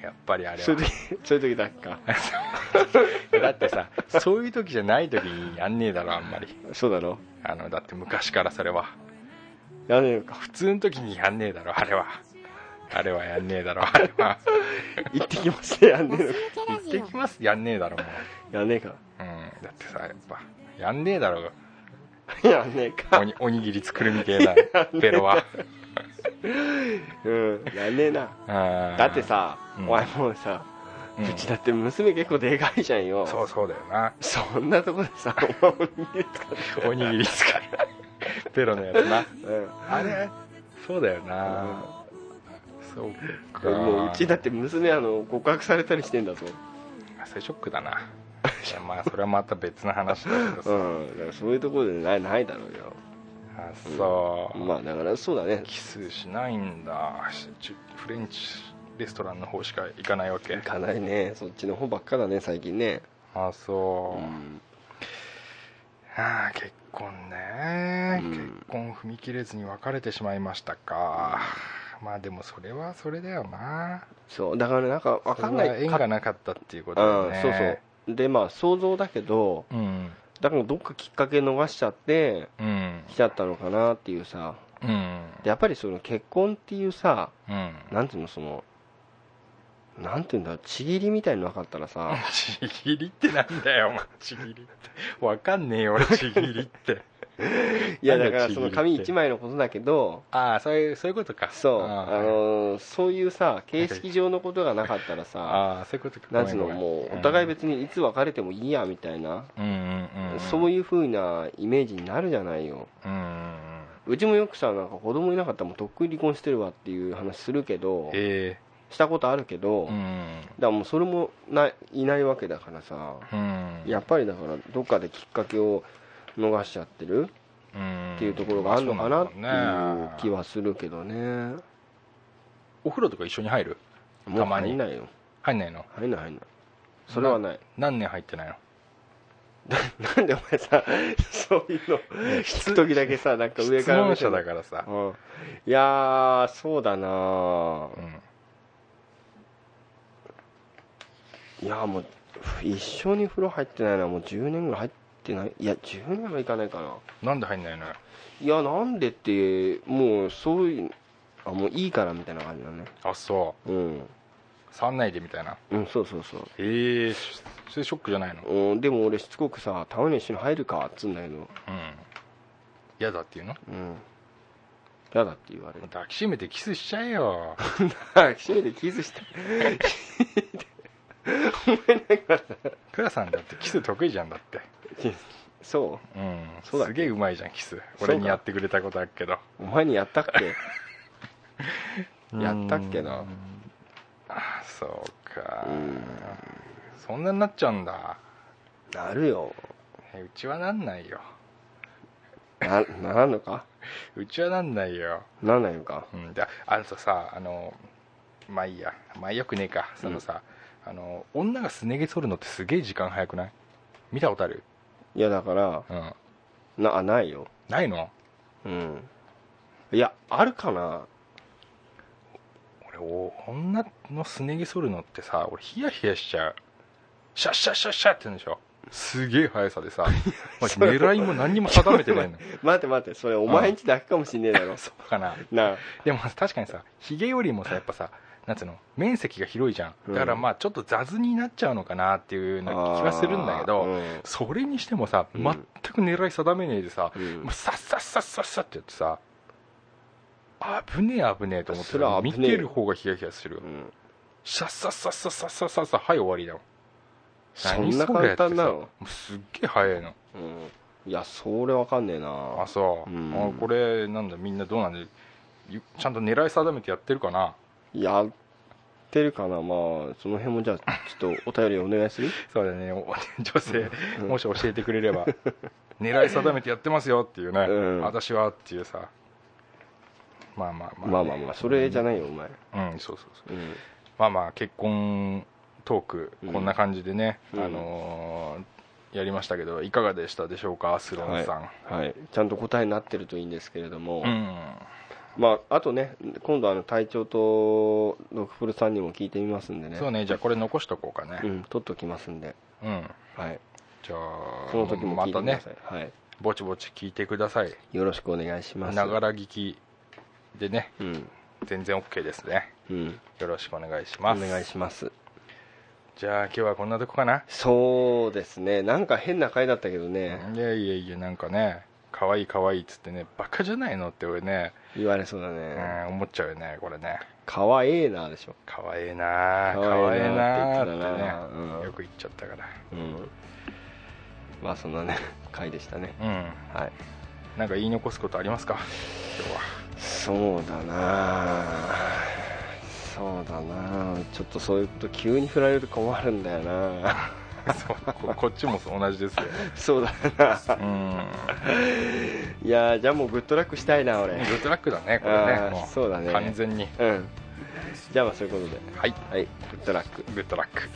Speaker 4: やっぱりあれ は
Speaker 3: そういう時そういう時だっけか
Speaker 4: だってさそういう時じゃない時にやんねえだろあんまり
Speaker 3: そうだろ
Speaker 4: あのだって昔からそれは
Speaker 3: やねえか
Speaker 4: 普通の時にやんねえだろあれはあれはやんねえだろあれは
Speaker 3: 行ってきますねやんね えのか
Speaker 4: 行ってきますやんねえだろもう、
Speaker 3: やんねえか
Speaker 4: うん、だってさやっぱやんねえだろ
Speaker 3: やんねえか
Speaker 4: おにおにぎり作る みてえなベロは
Speaker 3: うんやんねえなだ
Speaker 4: だ
Speaker 3: ってさ、
Speaker 4: うん
Speaker 3: お前もうさ、
Speaker 4: う
Speaker 3: うんちだって娘結構でかいじゃんよ
Speaker 4: そうそうだよな
Speaker 3: そんなとこでさお前も逃げるか
Speaker 4: おにぎり使 うベロのやつな
Speaker 3: うん
Speaker 4: あれそうだよなそうか
Speaker 3: もううちだって娘あの告白されたりしてんだぞ
Speaker 4: それショックだないやまあそれはまた別の話だけ ど
Speaker 3: う
Speaker 4: さ
Speaker 3: んだからそういうところでないないだろうよ
Speaker 4: あそう、
Speaker 3: まあだからそうだね
Speaker 4: キスしないんだしちゅフレンチレストランの方しか行かないわけ
Speaker 3: 行かないねそっちの方ばっかだね最近ね
Speaker 4: あそうう、
Speaker 3: ん
Speaker 4: ああ結婚ね、
Speaker 3: うん
Speaker 4: 結婚踏み切れずに別れてしまいましたかまあでもそれはそれだよな
Speaker 3: そうだからなんか分かんな
Speaker 4: それはい縁
Speaker 3: か
Speaker 4: がなかったっていうことだ
Speaker 3: う
Speaker 4: よ
Speaker 3: ん
Speaker 4: ね
Speaker 3: そうそうでまあ想像だけど
Speaker 4: うん
Speaker 3: だからどっかきっかけ逃しちゃって
Speaker 4: うん
Speaker 3: 来ちゃったのかなっていうさ
Speaker 4: うん
Speaker 3: でやっぱりその結婚っていうさ
Speaker 4: うん
Speaker 3: なんていうのそのなんていうんだちぎりみたいのなかったらさ
Speaker 4: ちぎりってなんだよお前ちぎりってわかんねえよ俺ちぎり って
Speaker 3: いや
Speaker 4: なん
Speaker 3: だ
Speaker 4: だ
Speaker 3: からその紙
Speaker 4: ちぎりって
Speaker 3: 1枚のことだけど
Speaker 4: ああそういうそういうことか
Speaker 3: そう
Speaker 4: あ
Speaker 3: あ
Speaker 4: ー
Speaker 3: のーそういうさ形式上のことがなかったらさ
Speaker 4: あーそういうことか
Speaker 3: なんつうの
Speaker 4: ごめんごめん
Speaker 3: もうお互い別にいつ別れてもいいやみたいな、
Speaker 4: うんうんうん
Speaker 3: そう
Speaker 4: い
Speaker 3: いう風なイメージになるじゃないよ
Speaker 4: うんうんうん
Speaker 3: うちもよくさなんか子供いなかったらもうとっくに離婚してるわっていう話するけど
Speaker 4: え
Speaker 3: したことあるけど、
Speaker 4: えうん
Speaker 3: だからもうそれもないいないわけだからさ
Speaker 4: うん
Speaker 3: やっぱりだからどっかできっかけを逃しちゃってる
Speaker 4: っ
Speaker 3: っていうところがあるのかなっていう気
Speaker 4: は
Speaker 3: はするけどね
Speaker 4: お風呂とか一緒に入る
Speaker 3: もう入んないよ
Speaker 4: 入んないの
Speaker 3: 入んない入んないそれはない
Speaker 4: 何年入ってないの
Speaker 3: なんでお前さそういうの 聞く時だけさなんか上
Speaker 4: 質
Speaker 3: から
Speaker 4: 問
Speaker 3: 見て
Speaker 4: 者
Speaker 3: る
Speaker 4: だからさ
Speaker 3: うんいやーそうだなー
Speaker 4: うん
Speaker 3: いやーもう一緒に風呂入ってないなもう10年ぐらい入ってないいや10年はいかないかな
Speaker 4: なんで入んないのよ
Speaker 3: いやなんでってもうそういうあもういいからみたいな感じだね
Speaker 4: あそ
Speaker 3: うん
Speaker 4: う触んないでみたいな
Speaker 3: うんそうそうそう
Speaker 4: ええそれショックじゃないの
Speaker 3: うん、でも俺しつこくさ「たまに一緒に入るか」っつうんだけど
Speaker 4: うん嫌だっていうの
Speaker 3: 「うん嫌だ」って言わ れる
Speaker 4: 抱きしめてキスしちゃえ よ
Speaker 3: 抱きしめてキスしてお前なんか
Speaker 4: クラさんだってキス得意じゃんだって
Speaker 3: そ
Speaker 4: うん
Speaker 3: そうだっ
Speaker 4: す
Speaker 3: け
Speaker 4: げえうまいじゃんキ
Speaker 3: そ
Speaker 4: ス
Speaker 3: うだ
Speaker 4: 俺にやってくれたことあるけど
Speaker 3: うお前にやったっ けやったっけな
Speaker 4: うんあそうか
Speaker 3: うん
Speaker 4: そんなになっちゃうんだ
Speaker 3: なるよ
Speaker 4: えうちはなんないよ
Speaker 3: なならんのか
Speaker 4: うちはなんないよ、
Speaker 3: ならないのか
Speaker 4: うん、であとさあのまあいいやまあよくねえかそのさ、あの女がすね毛剃るのってすげえ時間早くない見たことある
Speaker 3: いやだから
Speaker 4: うん
Speaker 3: なあないよ
Speaker 4: ないの
Speaker 3: うんいやあるかな
Speaker 4: 俺お女のすね毛剃るのってさ俺ヒヤヒヤしちゃうシャッシャッシャッシャッって言うんでしょすげえ速さでさマジ狙いも何にも定めてないの
Speaker 3: 待って待ってそれお前んちだけかもしんねえだろ
Speaker 4: そうかな
Speaker 3: なあ
Speaker 4: でも確かにさひげよりもさやっぱさなんつうの面積が広いじゃんだからまあちょっと雑になっちゃうのかなっていうような気がするんだけど、
Speaker 3: あー
Speaker 4: それにしてもさ
Speaker 3: うん
Speaker 4: 全く狙い定めねえでさ、
Speaker 3: うんうん
Speaker 4: もうさっさっさっさっさってやってさ危ねえ危ねえと思って
Speaker 3: それ
Speaker 4: さ
Speaker 3: は
Speaker 4: 見
Speaker 3: 危ねえ
Speaker 4: てる方がヒヤヒヤする
Speaker 3: うん
Speaker 4: シャッサッサッサッサッサッサッサはい終わりだもん
Speaker 3: そんな簡単な
Speaker 4: 何それ
Speaker 3: の
Speaker 4: やってさもうすっげえ早いの
Speaker 3: うんいやそれわかんねえ
Speaker 4: あ
Speaker 3: な
Speaker 4: そう、
Speaker 3: うん
Speaker 4: あこれなんだみんなどうなんでゆちゃんと狙い定めてやってるかな
Speaker 3: やってるかなまあその辺もじゃあちょっとお便りお願いする
Speaker 4: そうだね お女性
Speaker 3: うん
Speaker 4: もし教えてくれれば狙い定めてやってますよっていうね、
Speaker 3: うん
Speaker 4: 私はっていうさまあまあまあね、
Speaker 3: まあまあまあそれじゃないよお前
Speaker 4: うんそうそうそう
Speaker 3: うん
Speaker 4: まあまあ結婚トーク
Speaker 3: うん
Speaker 4: こんな感じでね、
Speaker 3: うん
Speaker 4: あのーやりましたけどいかがでしたでしょうかアスロンさん、
Speaker 3: はいちゃんと答えになってるといいんですけれども
Speaker 4: うん
Speaker 3: まあ、あとね、今度あの隊長とドクプルさんにも聞いてみますんでね、
Speaker 4: そうねじゃあこれ残しとこうか
Speaker 3: う
Speaker 4: ね
Speaker 3: ん、取っときますんで、
Speaker 4: うん、
Speaker 3: はい、
Speaker 4: じゃあ
Speaker 3: その時も聞いてく
Speaker 4: また
Speaker 3: だ
Speaker 4: ね
Speaker 3: さい、はい、
Speaker 4: ぼちぼち聞いてください
Speaker 3: よろしくお願いします。
Speaker 4: ながら聞きでね
Speaker 3: うん、
Speaker 4: 全然 OK ですね
Speaker 3: うん、
Speaker 4: よろしくお願いし
Speaker 3: お
Speaker 4: ます
Speaker 3: 願いします。
Speaker 4: じゃあ今日はこんなとこかな、
Speaker 3: そうですね、なんか変な回だったけどね、
Speaker 4: いやいやいやなんかね可愛い可愛いっつってねバカじゃないのって俺ね、
Speaker 3: 言われそうだ
Speaker 4: う
Speaker 3: ね、
Speaker 4: ん、思っちゃうよねこれね
Speaker 3: かわええなでしょ、
Speaker 4: 可愛いなあ
Speaker 3: 可
Speaker 4: 可
Speaker 3: 愛
Speaker 4: 愛
Speaker 3: いな
Speaker 4: い
Speaker 3: あ
Speaker 4: なあ
Speaker 3: って言ってたな
Speaker 4: ってね、
Speaker 3: うん
Speaker 4: よく言っちゃったから
Speaker 3: うん、まあそんなね、 回でしたね、
Speaker 4: うん
Speaker 3: はい、
Speaker 4: なんか言い残すことありますか今日は
Speaker 3: そうだなそうだなちょっとそういうこと急に振られると困るんだよな
Speaker 4: そうここっちもそう同じですよ、
Speaker 3: そうだな
Speaker 4: うん、
Speaker 3: いやーじゃあもうグッドラックしたいな俺
Speaker 4: グッドラックだねこれ
Speaker 3: あ
Speaker 4: ね
Speaker 3: ー
Speaker 4: もう
Speaker 3: そうだね
Speaker 4: 完全に
Speaker 3: うんじゃあまあそういうことで
Speaker 4: はい
Speaker 3: はいグッドラック
Speaker 4: グッドラック